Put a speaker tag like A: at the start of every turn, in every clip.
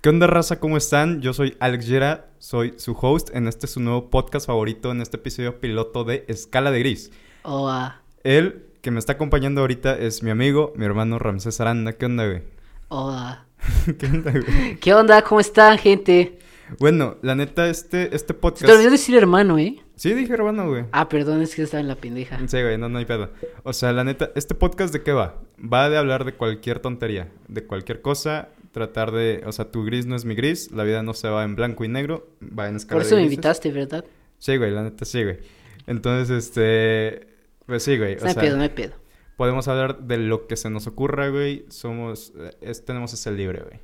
A: ¿Qué onda, raza? ¿Cómo están? Yo soy Alex Gera, soy su host en este su nuevo podcast favorito, en este episodio piloto de Escala de Gris.
B: Oh, ah.
A: Él que me está acompañando ahorita es mi amigo, mi hermano Ramsés Aranda. ¿Qué onda, güey?
B: oh, ah.
A: ¿Qué onda, güey?
B: ¿Qué onda? ¿Cómo están, gente?
A: Bueno, la neta, este, este
B: Se te olvidó
A: podcast.
B: decir hermano, ¿eh?
A: Sí, dije hermano, güey.
B: Ah, perdón, es que estaba en la pendeja.
A: Sí, güey, no, no hay pedo. O sea, la neta, ¿este podcast de qué va? Va de hablar de cualquier tontería, de cualquier cosa, tratar de. O sea, tu gris no es mi gris, la vida no se va en blanco y negro, va en escala
B: Por eso
A: de
B: me
A: grises.
B: invitaste, ¿verdad?
A: Sí, güey, la neta sí, güey. Entonces, este. Pues sí, güey.
B: No
A: O
B: hay
A: sea,
B: pedo, no hay pedo.
A: podemos hablar de lo que se nos ocurra, güey. Somos. eh, es- tenemos ese libre, güey.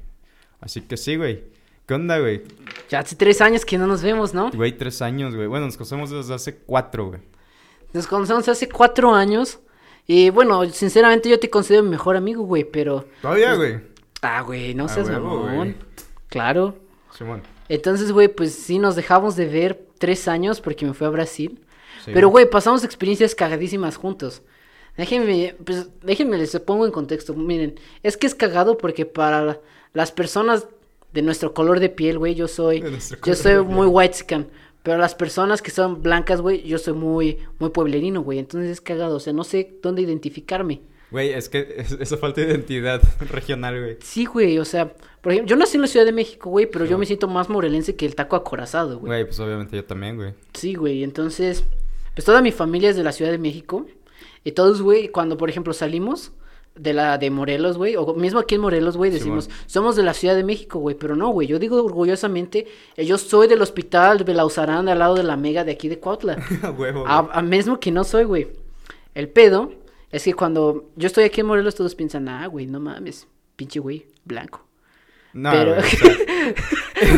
A: Así que sí, güey. ¿Qué onda, güey?
B: Ya hace tres años que no nos vemos, ¿no?
A: Güey, tres años, güey. Bueno, nos conocemos desde hace cuatro, güey.
B: Nos conocemos hace cuatro años. Y bueno, sinceramente yo te considero mi mejor amigo, güey, pero...
A: Todavía, güey.
B: Ah, güey, no
A: Ah,
B: seas
A: huevo,
B: mamón.
A: güey.
B: Claro.
A: Simón.
B: Entonces, güey, pues sí, nos dejamos de ver tres años porque me fui a Brasil.
A: Sí,
B: Pero, güey, pasamos experiencias cagadísimas juntos. Déjenme, pues, déjenme, les pongo en contexto. Miren, es que es cagado porque para las personas de nuestro color de piel, güey, yo soy,
A: De nuestro
B: yo
A: color de
B: soy
A: piel.
B: muy white scan. Pero las personas que son blancas, güey, yo soy muy, muy pueblerino, güey. Entonces es cagado, o sea, no sé dónde identificarme.
A: Güey, es que es- esa falta de identidad regional, güey.
B: Sí, güey, o sea, por ejemplo, yo nací en la Ciudad de México, güey, pero yo me siento más morelense que el taco acorazado, güey.
A: Güey, pues obviamente yo también, güey.
B: Sí, güey, entonces, pues toda mi familia es de la Ciudad de México. Y todos, güey, cuando por ejemplo salimos de la de Morelos, güey, o mismo aquí en Morelos, güey, decimos,
A: Simón.
B: somos de la Ciudad de México, güey, pero no, güey, yo digo orgullosamente, eh, yo soy del hospital de Belauzarán al lado de la mega de aquí de Cuautla.
A: A huevo. güey.
B: a, a mismo que no soy, güey. El pedo es que cuando yo estoy aquí en Morelos todos piensan, ah, güey, no mames, pinche güey, blanco.
A: no,
B: pero-
A: güey, o sea,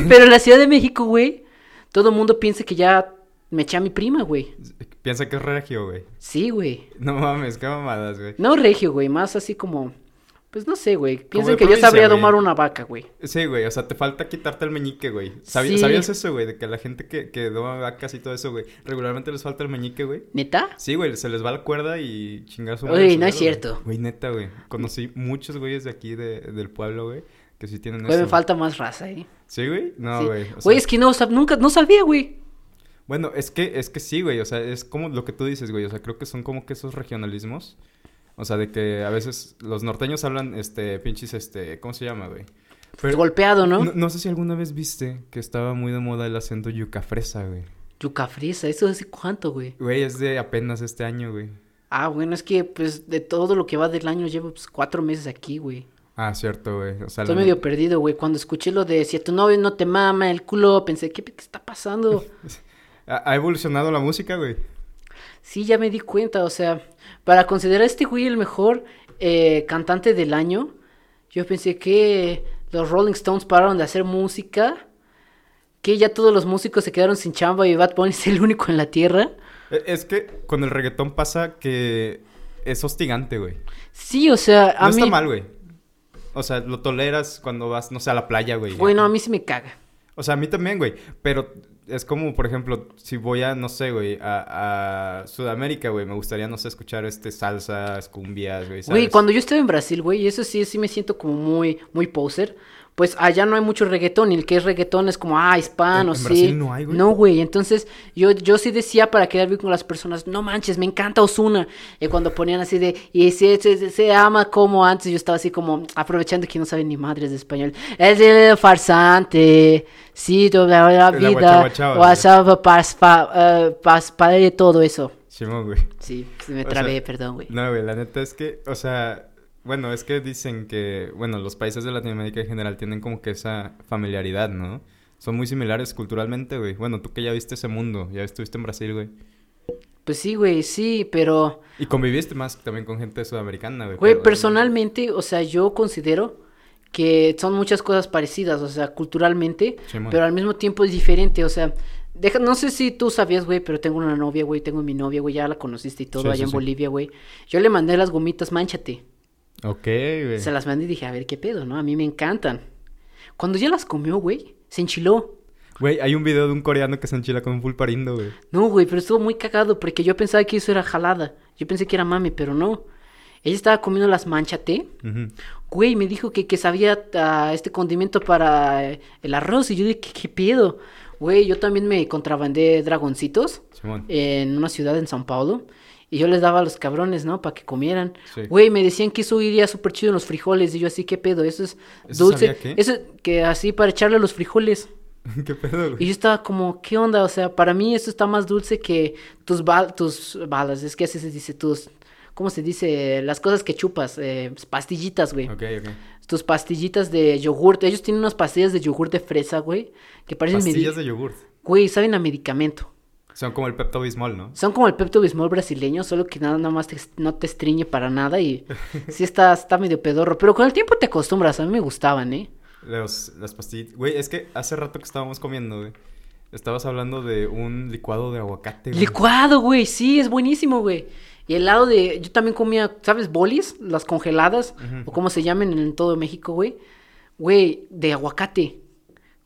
B: pero en la Ciudad de México, güey, todo el mundo piensa que ya me eché a mi prima, güey.
A: piensa que es regio, güey.
B: Sí, güey.
A: No mames, qué mamadas, güey.
B: No regio, güey, más así como, pues no sé, güey. Piensan
A: de
B: que yo
A: provincia,
B: sabría
A: güey.
B: domar una vaca, güey.
A: Sí, güey, o sea, te falta quitarte el meñique, güey. ¿Sabi-
B: Sí.
A: ¿Sabías eso, güey? De que la gente que, que doma vacas y todo eso, güey, regularmente les falta el meñique, güey.
B: ¿Neta?
A: Sí, güey, se les va la cuerda y chingar su
B: Uy,
A: madre su
B: no es
A: dedo,
B: cierto.
A: Güey, Güey, neta, güey. Conocí muchos güeyes de aquí, de- del pueblo, güey, que sí tienen
B: Güey,
A: eso.
B: me falta más raza, eh.
A: ¿Sí, güey? No,
B: Sí.
A: güey.
B: Güey,
A: o sea,
B: es que no, sab- nunca, no sabía, güey.
A: Bueno, es que, es que sí, güey. O sea, es como lo que tú dices, güey. O sea, creo que son como que esos regionalismos. O sea, de que a veces los norteños hablan, este, pinches, este, ¿cómo se llama, güey?
B: Golpeado, ¿no?
A: No, no sé si alguna vez viste que estaba muy de moda el acento yuca fresa, güey.
B: Yuca fresa, ¿eso hace cuánto, güey?
A: Güey, es de apenas este año, güey.
B: Ah, bueno, es que, pues, de todo lo que va del año llevo, pues, cuatro meses aquí, güey.
A: Ah, cierto, güey. O sea,
B: Estoy
A: la
B: medio
A: neta-
B: perdido, güey. Cuando escuché lo de si a tu novio no te mama el culo, pensé, ¿qué, qué está pasando?
A: ha, ha evolucionado la música, güey.
B: Sí, ya me di cuenta, o sea, para considerar a este güey el mejor eh, cantante del año, yo pensé que los Rolling Stones pararon de hacer música, que ya todos los músicos se quedaron sin chamba y Bad Bunny es el único en la tierra.
A: E- Es que con el reggaetón pasa que es hostigante, güey.
B: Sí, o sea,
A: No
B: a mí...
A: está mal, güey. O sea, lo toleras cuando vas, no sé, a la playa, güey.
B: Bueno, a mí sí me caga.
A: O sea, a mí también, güey. Pero es como, por ejemplo, si voy a, no sé, güey, a, a Sudamérica, güey. Me gustaría, no sé, escuchar este salsas, cumbias, güey. ¿sabes?
B: Güey, cuando yo estaba en Brasil, güey, y eso sí, sí me siento como muy, muy poser. Pues allá no hay mucho reggaetón, y el que es reggaetón es como, ah, hispano,
A: En- en
B: sí.
A: Brasil no hay, güey.
B: No, güey, entonces yo, yo sí decía para quedar bien con las personas, no manches, me encanta Osuna. Y cuando ponían así de, y se, se, se ama como antes, yo estaba así como aprovechando que no saben ni madres de español. Es el farsante, sí, toda la
A: La
B: vida,
A: guachaba, güey.
B: WhatsApp, paspa, eh, de todo eso.
A: Simón, güey.
B: Sí, se me
A: O sea,
B: trabé, perdón, güey.
A: No, güey, la neta es que, o sea, bueno, es que dicen que, bueno, los países de Latinoamérica en general tienen como que esa familiaridad, ¿no? Son muy similares culturalmente, güey. Bueno, tú que ya viste ese mundo, ya estuviste en Brasil, güey.
B: Pues sí, güey, sí, pero...
A: Y conviviste más también con gente sudamericana, güey.
B: Güey,
A: pero-
B: personalmente, o sea, yo considero que son muchas cosas parecidas, o sea, culturalmente,
A: Simón.
B: pero al mismo tiempo es diferente, o sea, deja, no sé si tú sabías, güey, pero tengo una novia, güey, tengo mi novia, güey, ya la conociste y todo
A: Sí,
B: allá
A: sí,
B: en
A: sí.
B: Bolivia, güey. Yo le mandé las gomitas, manchate.
A: Ok, güey.
B: Se las mandé y dije, a ver qué pedo, ¿no? A mí me encantan. Cuando ya las comió, güey, se enchiló.
A: Güey, hay un video de un coreano que se enchila con un pulparindo, güey.
B: No, güey, pero estuvo muy cagado porque yo pensaba que eso era jalada. Yo pensé que era mami, pero no. Ella estaba comiendo las manchate.
A: Ujú.
B: Güey, me dijo que, que sabía a este condimento para eh, el arroz. Y yo dije, ¿qué, qué pedo? Güey, yo también me contrabandé dragoncitos
A: Simón.
B: en una ciudad en San Paulo. Y yo les daba a los cabrones, ¿no? Para que comieran.
A: Sí.
B: Güey, me decían que eso iría súper chido en los frijoles. Y yo así, ¿qué pedo? Eso es
A: ¿Eso
B: dulce.
A: sabía qué?
B: Eso que así para echarle a los frijoles.
A: ¿Qué pedo,
B: Y
A: güey?
B: yo estaba como, ¿qué onda? O sea, para mí esto está más dulce que tus, bal- tus balas. Es que así se dice tus... ¿Cómo se dice? Las cosas que chupas. eh, pastillitas, güey.
A: Ok, ok.
B: Tus pastillitas de yogur. Ellos tienen unas pastillas de yogur de fresa, güey. Que parecen... medi-
A: Pastillas de yogur.
B: Güey, saben a medicamento.
A: Son como el Pepto Bismol, ¿no?
B: Son como el Pepto Bismol brasileño, solo que nada, nada más te- no te estriñe para nada y sí está, está medio pedorro. Pero con el tiempo te acostumbras, a mí me gustaban, ¿eh?
A: Los, las pastillitas. Güey, es que hace rato que estábamos comiendo, güey. Estabas hablando de un licuado de aguacate, güey.
B: Licuado, güey, sí, es buenísimo, güey. Y el lado de, yo también comía, ¿sabes? Bolis, las congeladas,
A: Ujú.
B: o como se llamen en todo México, güey. Güey, de aguacate,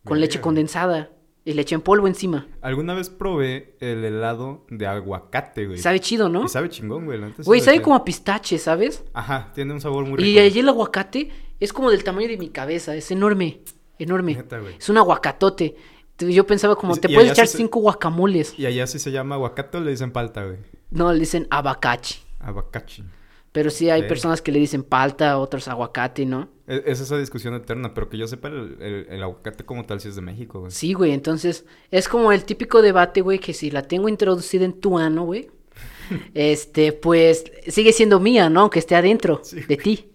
B: con leche
A: Verga.
B: condensada y leche en polvo encima.
A: Alguna vez probé el helado de aguacate, güey.
B: Sabe chido, ¿no?
A: Y sabe chingón, güey. la neta sí
B: Güey, sabe
A: que-
B: como a pistache, ¿sabes?
A: Ajá, tiene un sabor muy rico.
B: Y allí el aguacate es como del tamaño de mi cabeza, es enorme, enorme.
A: Neta, güey.
B: es un aguacatote. Tú- Yo pensaba como,
A: Y-
B: te
A: y
B: puedes
A: allá
B: echar
A: sí se-
B: cinco guacamoles.
A: Y allá sí se llama aguacate o le dicen palta, güey.
B: No, le dicen abacachi.
A: Abacachi.
B: Pero sí hay
A: Ok.
B: personas que le dicen palta, otros aguacate, ¿no?
A: E- Es esa discusión eterna, pero que yo sepa, el, el- el aguacate como tal sí es de México, güey.
B: Sí, güey, entonces es como el típico debate, güey, que si la tengo introducida en tu ano, güey, este, pues sigue siendo mía, ¿no? Aunque esté adentro
A: Sí,
B: de ti.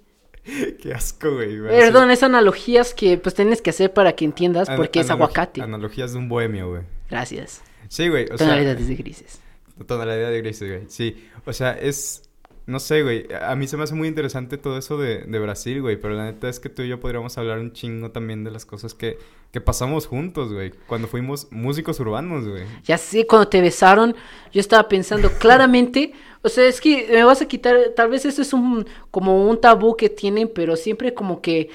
A: Qué asco, güey. güey,
B: Perdón,
A: así-
B: es analogías que pues tienes que hacer para que entiendas
A: ana-
B: por qué es
A: analog-
B: aguacate.
A: Analogías de un bohemio, güey.
B: Gracias.
A: Sí, güey. O sea,
B: Tonalidades de grises.
A: Tonalidad de grises, güey. Sí. O sea, es. No sé, güey. A a mí se me hace muy interesante todo eso de, de Brasil, güey. Pero la neta es que tú y yo podríamos hablar un chingo también de las cosas que, que pasamos juntos, güey. Cuando fuimos músicos urbanos, güey.
B: Ya sé, cuando te besaron, yo estaba pensando claramente, o sea, es que me vas a quitar, tal vez eso es un, como un tabú que tienen, pero siempre como que,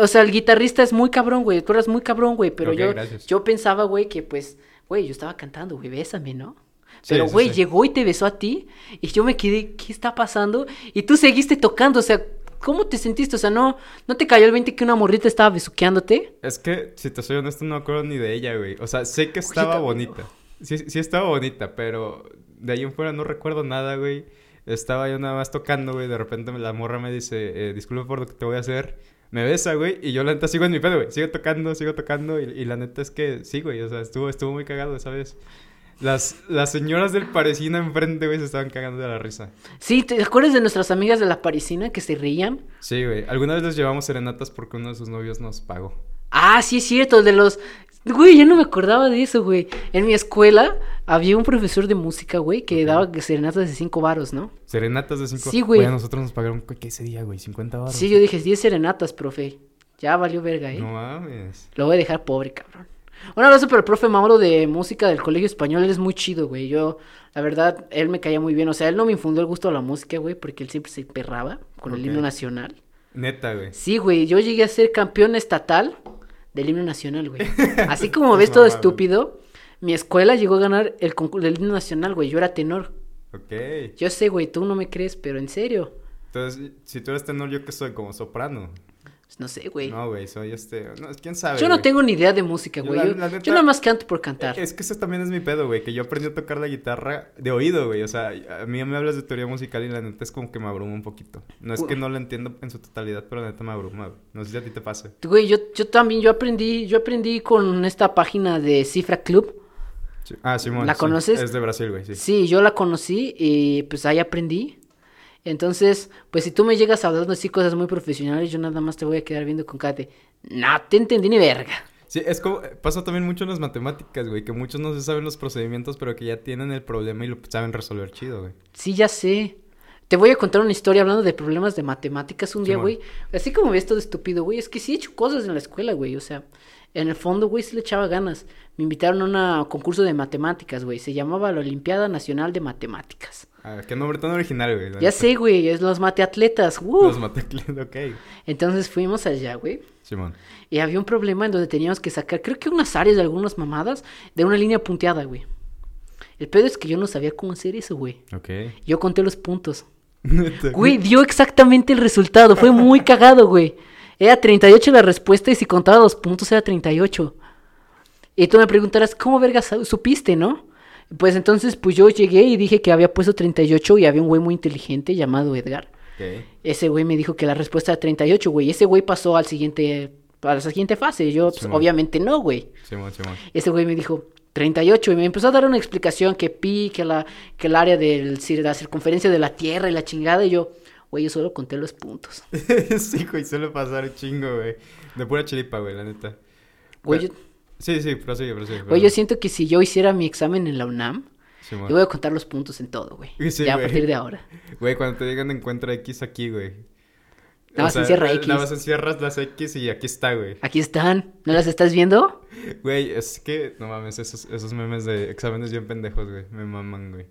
B: o sea, el guitarrista es muy cabrón, güey, tú eras muy cabrón, güey, pero
A: Ok,
B: yo,
A: gracias.
B: yo pensaba, güey, que pues, güey, yo estaba cantando, güey, bésame, ¿no?
A: Sí,
B: Pero,
A: sí,
B: güey,
A: sí.
B: llegó y te besó a ti, y yo me quedé, ¿qué está pasando? Y tú seguiste tocando, o sea, ¿cómo te sentiste? O sea, ¿no, no te cayó el 20 que una morrita estaba besuqueándote?
A: Es que, si te soy honesto, no me acuerdo ni de ella, güey. O sea, sé que estaba
B: cabrón.
A: bonita. Sí, sí estaba bonita, pero de ahí en fuera no recuerdo nada, güey. Estaba yo nada más tocando, güey. De repente la morra me dice, eh, disculpa por lo que te voy a hacer. Me besa, güey. Y yo la neta sigo en mi pedo, güey. Sigo tocando, sigo tocando. Y, y la neta es que sí, güey. O sea, estuvo, estuvo muy cagado, ¿sabes? Las, las señoras del parisino enfrente, güey, se estaban cagando de la risa.
B: Sí, ¿te acuerdas de nuestras amigas de la parisina que se reían?
A: Sí, güey. Alguna vez les llevamos serenatas porque uno de sus novios nos pagó.
B: Ah, sí es cierto, el de los... Güey, ya no me acordaba de eso, güey. En mi escuela había un profesor de música, güey, que daba serenatas de cinco varos, ¿no?
A: Serenatas de 5
B: Sí, güey.
A: A nosotros nos pagaron, ¿qué ese día, güey? 50 baros.
B: Sí, yo dije, 10 serenatas, profe. Ya valió verga, ¿eh?
A: No mames.
B: Lo voy a dejar pobre, cabrón. Un abrazo para el profe Mauro de música del Colegio Español. Él es muy chido, güey. Yo, la verdad, él me caía muy bien. O sea, él no me infundió el gusto a la música, güey, porque él siempre se perraba con el
A: Ok.
B: himno nacional.
A: Neta, güey.
B: Sí, güey, yo llegué a ser campeón estatal del himno nacional, güey. Así como
A: Pues
B: ves
A: no
B: todo
A: mames.
B: estúpido, mi escuela llegó a ganar el concurso del himno nacional, güey. Yo era tenor.
A: Ok.
B: Yo sé, güey, tú no me crees, pero en serio.
A: Entonces, si tú eres tenor, ¿yo qué soy? ¿Como soprano?
B: Pues no sé, güey.
A: No, güey, soy este... No, quién sabe,
B: yo no
A: güey.
B: tengo ni idea de música,
A: Yo
B: güey.
A: la-
B: Yo,
A: la
B: yo
A: neta-
B: nada más canto por cantar.
A: Es que ese también es mi pedo, güey, que yo aprendí a tocar la guitarra de oído, güey. O sea, a mí me hablas de teoría musical y la neta es como que me abruma un poquito. No es que no la entiendo en su totalidad, pero la neta me abruma, güey. No sé si a ti te pasa.
B: Güey, yo, yo también, yo aprendí, yo aprendí con esta página de Cifra Club.
A: Ah, Simón.
B: ¿La
A: sí.
B: conoces?
A: Es de Brasil, güey, sí.
B: Sí, yo la conocí y pues ahí aprendí. Entonces, pues si tú me llegas hablando así cosas muy profesionales, yo nada más te voy a quedar viendo con cara de, no te entendí ni verga.
A: Sí, es como, eh, pasa también mucho en las matemáticas, güey, que muchos no se saben los procedimientos, pero que ya tienen el problema y lo saben resolver chido, güey.
B: Sí, ya sé. Te voy a contar una historia hablando de problemas de matemáticas un día,
A: Simón.
B: güey. Así como ves todo estúpido, güey. Es que sí he hecho cosas en la escuela, güey. O sea, en el fondo, güey, sí le echaba ganas. Me invitaron a una- un concurso de matemáticas, güey. Se llamaba la Olimpiada Nacional de Matemáticas.
A: Ah, qué nombre tan original, güey. la
B: Ya
A: neta.
B: sé, güey, es los mateatletas. ¡uh!
A: Los matecles, ok.
B: Entonces fuimos allá, güey.
A: Simón.
B: Y había un problema en donde teníamos que sacar, creo que unas áreas de algunas mamadas, de una línea punteada, güey. El pedo es que yo no sabía cómo hacer eso, güey.
A: Ok.
B: Yo conté los puntos.
A: Neta,
B: Güey, dio exactamente el resultado. Fue muy cagado, güey. Era 38 la respuesta y si contaba los puntos era 38. Y tú me preguntarás, ¿cómo vergas supiste, no? Pues entonces, pues yo llegué y dije que había puesto 38 y había un güey muy inteligente llamado Edgar.
A: Ok.
B: Ese güey me dijo que la respuesta era 38, güey. Ese güey pasó al siguiente, a la siguiente fase. Yo, pues,
A: Simón.
B: obviamente no, güey.
A: Simón, Simón.
B: Ese güey me dijo 38 y me empezó a dar una explicación que pi, que la que el área de la circunferencia de la Tierra y la chingada y yo, güey, yo solo conté los puntos.
A: sí, güey, suele pasar un chingo, güey. De pura chiripa, güey, la neta.
B: Güey,
A: Pero-
B: yo,
A: Sí, sí, prosigue, prosigue.
B: güey, yo
A: perdón.
B: siento que si yo hiciera mi examen en la UNAM,
A: Simón.
B: yo voy a contar los puntos en todo, güey.
A: Sí,
B: ya
A: güey.
B: a partir de ahora.
A: Güey, cuando te digan encuentra X aquí, güey.
B: Nada más encierra X.
A: Nada más encierras las X y aquí está, güey.
B: Aquí están, ¿no las estás viendo?
A: Güey, es que, no mames, esos, esos memes de exámenes bien pendejos, güey. Me maman, güey.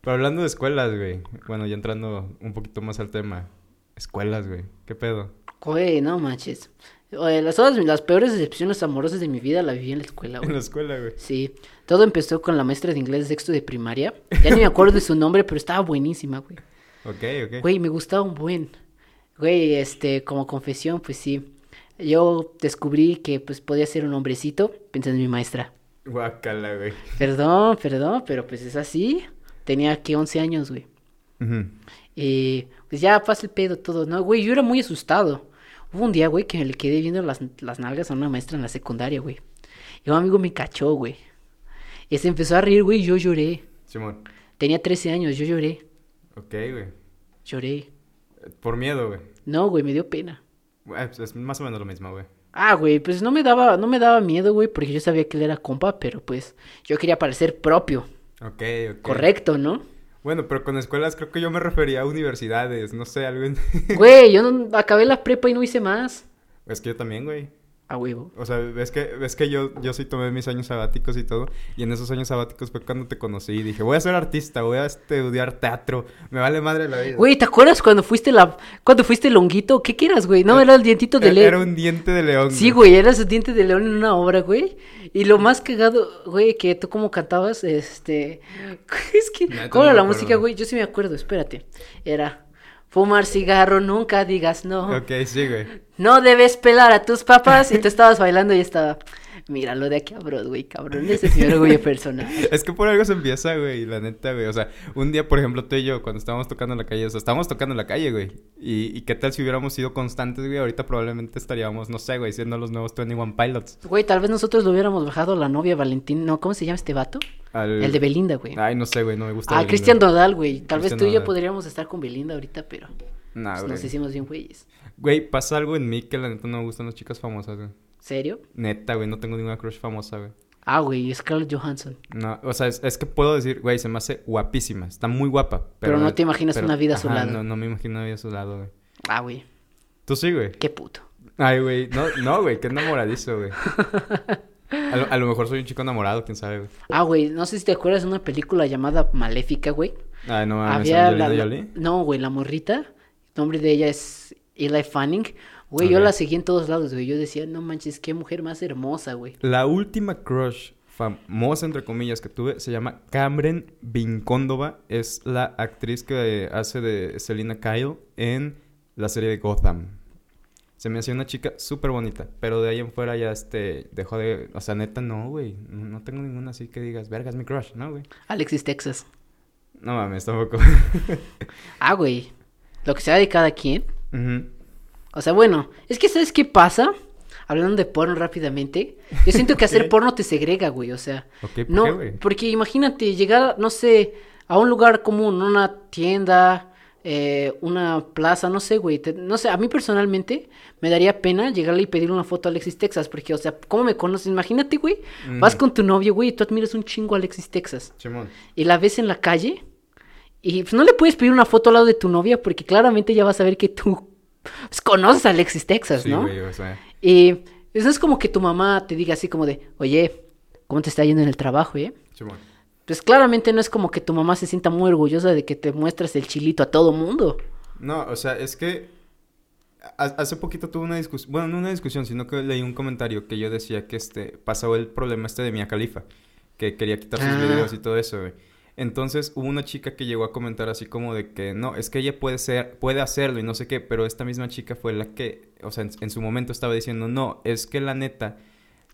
A: Pero hablando de escuelas, güey. Bueno, ya entrando un poquito más al tema. Escuelas, güey. ¿Qué pedo?
B: Güey, no manches. Oye, las, todas las peores decepciones amorosas de mi vida la viví en la escuela,
A: En
B: güey.
A: la escuela, güey.
B: Sí, todo empezó con la maestra de inglés de sexto de primaria. Ya ni me acuerdo de su nombre, pero estaba buenísima, güey.
A: Ok, ok.
B: Güey, me gustaba un buen. Güey, este, como confesión, pues sí. Yo descubrí que pues podía ser un hombrecito, pensando en mi maestra.
A: Guacala, güey.
B: Perdón, perdón, pero pues es así. Tenía que 11 años, güey.
A: Ujú.
B: Y pues ya pasa el pedo todo, ¿no? Güey, yo era muy asustado. Hubo un día, güey, que le quedé viendo las, las nalgas a una maestra en la secundaria, güey. Y un amigo me cachó, güey. Y se empezó a reír, güey, y yo lloré.
A: Simón.
B: Tenía 13 años, yo lloré.
A: Ok, güey.
B: Lloré.
A: Por miedo, güey.
B: No, güey, me dio pena.
A: Güey, pues, Es más o menos lo mismo, güey.
B: Ah, güey, pues no me daba, no me daba miedo, güey, porque yo sabía que él era compa, pero pues yo quería parecer propio,
A: Ok, ok.
B: correcto, ¿no?
A: Bueno, pero con escuelas creo que yo me refería a universidades, no sé, algo en...
B: Güey, yo no, acabé la prepa y no hice más.
A: Es que yo también, güey.
B: A huevo.
A: O sea, ves que, ves que yo, yo sí tomé mis años sabáticos y todo. Y en esos años sabáticos fue cuando te conocí y dije, voy a ser artista, voy a estudiar teatro. Me vale madre la vida.
B: Güey, ¿te acuerdas cuando fuiste la, cuando fuiste longuito? ¿Qué quieras, güey? No,
A: Eh,
B: era el dientito de
A: E- Era
B: león.
A: un diente de león.
B: Sí, güey, eras el diente de león en una obra, güey. Y lo más cagado, güey, que tú como cantabas, este, es que,
A: Neta,
B: ¿cómo
A: no
B: era
A: me
B: la
A: acuerdo.
B: música, güey? Yo sí me acuerdo, espérate. Era, fumar cigarro, nunca digas no.
A: Ok, sí, güey.
B: No debes pelar a tus papás. Y tú estabas bailando y estaba. Míralo de aquí a Broadway, cabrón. Ese es mi orgullo personal.
A: Es que por algo se empieza, güey, la neta, güey. O sea, un día, por ejemplo, tú y yo, cuando estábamos tocando en la calle, o sea, estábamos tocando en la calle, güey. Y, y qué tal si hubiéramos sido constantes, güey. Ahorita probablemente estaríamos, no sé, güey, siendo los nuevos 21 Pilots.
B: Güey, tal vez nosotros lo hubiéramos bajado a la novia Valentín. No, ¿cómo se llama este vato?
A: Al-
B: El de Belinda, güey.
A: Ay, no sé, güey, no me gusta.
B: Ah,
A: Eh, Belinda.
B: Cristian Dodal, güey. Tal vez
A: Cristian
B: tú y yo
A: Nodal. Ah,
B: podríamos estar con Belinda ahorita, pero pues,
A: Nah, güey.
B: nos hicimos bien güeyes.
A: Güey, pasa algo en mí que la neta no me gustan las chicas famosas, güey.
B: ¿Serio?
A: Neta, güey, no tengo ninguna crush famosa, güey.
B: Ah, güey, Scarlett Johansson.
A: No, o sea, es, es que puedo decir, güey, se me hace guapísima, está muy guapa.
B: Pero no te imaginas una vida a su lado.
A: No, no me imagino una vida a su lado, güey.
B: Ah, güey,
A: Tú sí, güey.
B: qué puto.
A: Ay, güey, no, no, güey, qué enamoradizo, güey. A lo, a lo mejor soy un chico enamorado, quién sabe, güey.
B: Ah, güey, no sé si te acuerdas de una película llamada Maléfica, güey.
A: Ay, no mames,
B: Había la,
A: Ah, Angelina
B: la-
A: Jolie.
B: No, güey, la morrita. El nombre de ella es Eli Fanning. Güey, yo
A: Ok.
B: la seguí en todos lados, güey. Yo decía, no manches, qué mujer más hermosa, güey.
A: La última crush famosa, entre comillas, que tuve se llama Cameron Vincóndova. Es la actriz que hace de Selena Kyle en la serie de Gotham. Se me hacía una chica súper bonita, pero de ahí en fuera ya este, dejó de... O sea, neta, no, güey. No, no tengo ninguna así que digas, vergas, mi crush, ¿no, güey?
B: Alexis Texas.
A: No mames, tampoco.
B: Ah, güey. Lo que sea de cada quien.
A: Ujú.
B: O sea, bueno, es que ¿sabes qué pasa? Hablando de porno rápidamente, yo siento que hacer
A: Ok.
B: porno te segrega, güey. O sea,
A: Ok, ¿por
B: no,
A: qué, güey?
B: porque imagínate llegar, no sé, a un lugar común, una tienda, eh, una plaza, no sé, güey. te- no sé, a mí personalmente me daría pena llegarle y pedirle una foto a Alexis Texas, porque, o sea, ¿cómo me conoces? Imagínate, güey, vas
A: Ujú.
B: con tu novio, güey, y tú admiras un chingo a Alexis Texas
A: Chimón.
B: y la ves en la calle y pues, no le puedes pedir una foto al lado de tu novia porque claramente ya vas a ver que tú pues, conoces a Alexis Texas,
A: Sí,
B: Pues, ¿no?
A: güey, o sea...
B: Y pues, no es como que tu mamá te diga así como de, oye, ¿cómo te está yendo en el trabajo, eh?
A: Chimón.
B: Pues claramente no es como que tu mamá se sienta muy orgullosa de que te muestras el chilito a todo mundo.
A: No, o sea, es que ha- hace poquito tuve una discusión, bueno, no una discusión, sino que leí un comentario que yo decía que este pasó el problema este de Mia Khalifa, que quería quitar sus
B: Ah.
A: videos y todo eso, güey. Entonces hubo una chica que llegó a comentar así como de que no, es que ella puede ser, puede hacerlo y no sé qué, pero esta misma chica fue la que, o sea, en, en su momento estaba diciendo, no, es que la neta,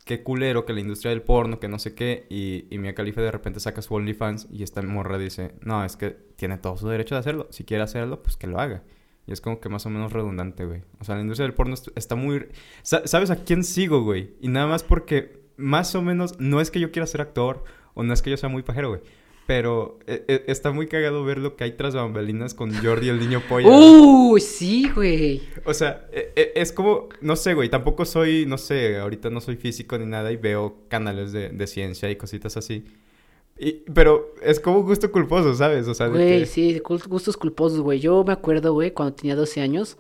A: qué culero que la industria del porno, que no sé qué, y, y Mia Khalifa de repente saca su OnlyFans y esta morra dice, no, es que tiene todo su derecho de hacerlo, si quiere hacerlo, pues que lo haga. Y es como que más o menos redundante, güey. O sea, la industria del porno está muy... Sa- ¿Sabes a quién sigo, güey? Y nada más porque más o menos no es que yo quiera ser actor o no es que yo sea muy pajero, güey. Pero eh, eh, está muy cagado ver lo que hay tras bambalinas con Jordi el niño polla.
B: Uy, sí, güey.
A: O sea, e- e- es como, no sé, güey, tampoco soy, no sé, ahorita no soy físico ni nada y veo canales de, de ciencia y cositas así. Y- pero es como gusto culposo, ¿sabes? O sea, de
B: Güey,
A: que-
B: sí, cul- gustos culposos, güey. Yo me acuerdo, güey, cuando tenía 12 años.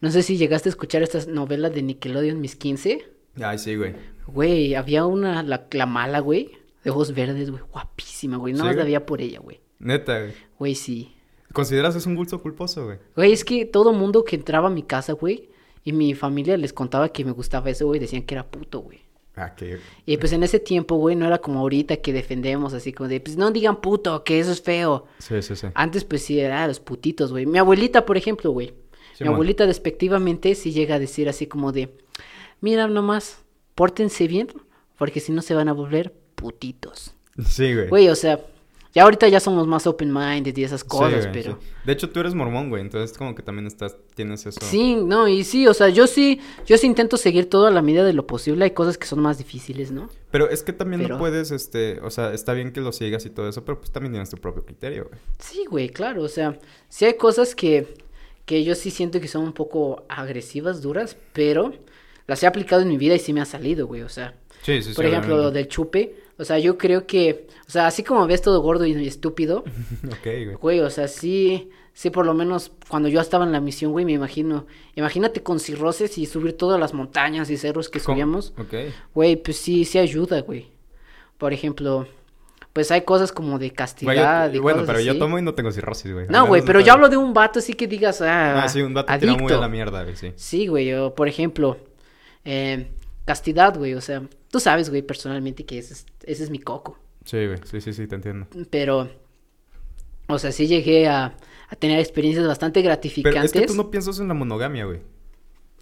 B: No sé si llegaste a escuchar estas novelas de Nickelodeon, mis 15.
A: Ay, sí, güey.
B: Güey, había una, la, la mala, güey, de ojos verdes, güey, guapísima, güey.
A: ¿Sí,
B: Nada más la
A: güey?
B: veía por ella, güey.
A: Neta, güey.
B: Güey, sí.
A: ¿Consideras es un gusto culposo, güey?
B: Güey, es que todo mundo que entraba a mi casa, güey, y mi familia les contaba que me gustaba eso, güey, decían que era puto, güey.
A: Ah, que...
B: Y pues en ese tiempo, güey, no era como ahorita que defendemos así como de, pues no digan puto, que eso es feo.
A: Sí, sí, sí.
B: Antes pues sí era los putitos, güey. Mi abuelita, por ejemplo, güey. Mi
A: Simón.
B: abuelita despectivamente sí llega a decir así como de, mira nomás, pórtense bien, porque si no se van a volver putitos.
A: Sí, güey.
B: Güey, o sea, ya ahorita ya somos más open-minded y esas
A: Sí,
B: cosas,
A: güey,
B: pero...
A: sí. De hecho, tú eres mormón, güey, entonces como que también estás, tienes eso.
B: Sí, no, y sí, o sea, yo sí, yo sí intento seguir todo a la medida de lo posible. Hay cosas que son más difíciles, ¿no?
A: Pero es que también
B: Pero-
A: no puedes, este, o sea, está bien que lo sigas y todo eso, pero pues también tienes tu propio criterio, güey.
B: Sí, güey, claro, o sea, sí hay cosas que, que yo sí siento que son un poco agresivas, duras, pero las he aplicado en mi vida y sí me ha salido, güey, o sea,
A: Sí, sí, sí.
B: por ejemplo, lo
A: obviamente.
B: del chupe, o sea, yo creo que, o sea, así como ves todo gordo y y estúpido,
A: ok, güey.
B: Güey, o sea, sí, sí, por lo menos cuando yo estaba en la misión, güey, me imagino. Imagínate con cirrosis y subir todas las montañas y cerros que
A: ¿Cómo?
B: subíamos.
A: Ok.
B: Güey, pues sí, sí ayuda, güey. Por ejemplo, pues hay cosas como de
A: Güey, yo-
B: castidad, de
A: bueno,
B: cosas
A: pero yo
B: así.
A: tomo y no tengo cirrosis, güey.
B: No, güey, pero yo
A: yo
B: hablo de un vato así que digas, ah,
A: Ah, sí, un vato tirado
B: adicto.
A: muy a la mierda, güey, sí.
B: Sí, güey, o por ejemplo, eh, castidad, güey, o sea, tú sabes, güey, personalmente que ese es, ese es mi coco.
A: Sí, güey, sí, sí, sí, te entiendo.
B: pero, o sea, sí llegué a, a tener experiencias bastante
A: Pero
B: gratificantes.
A: es que tú no piensas en la monogamia, güey.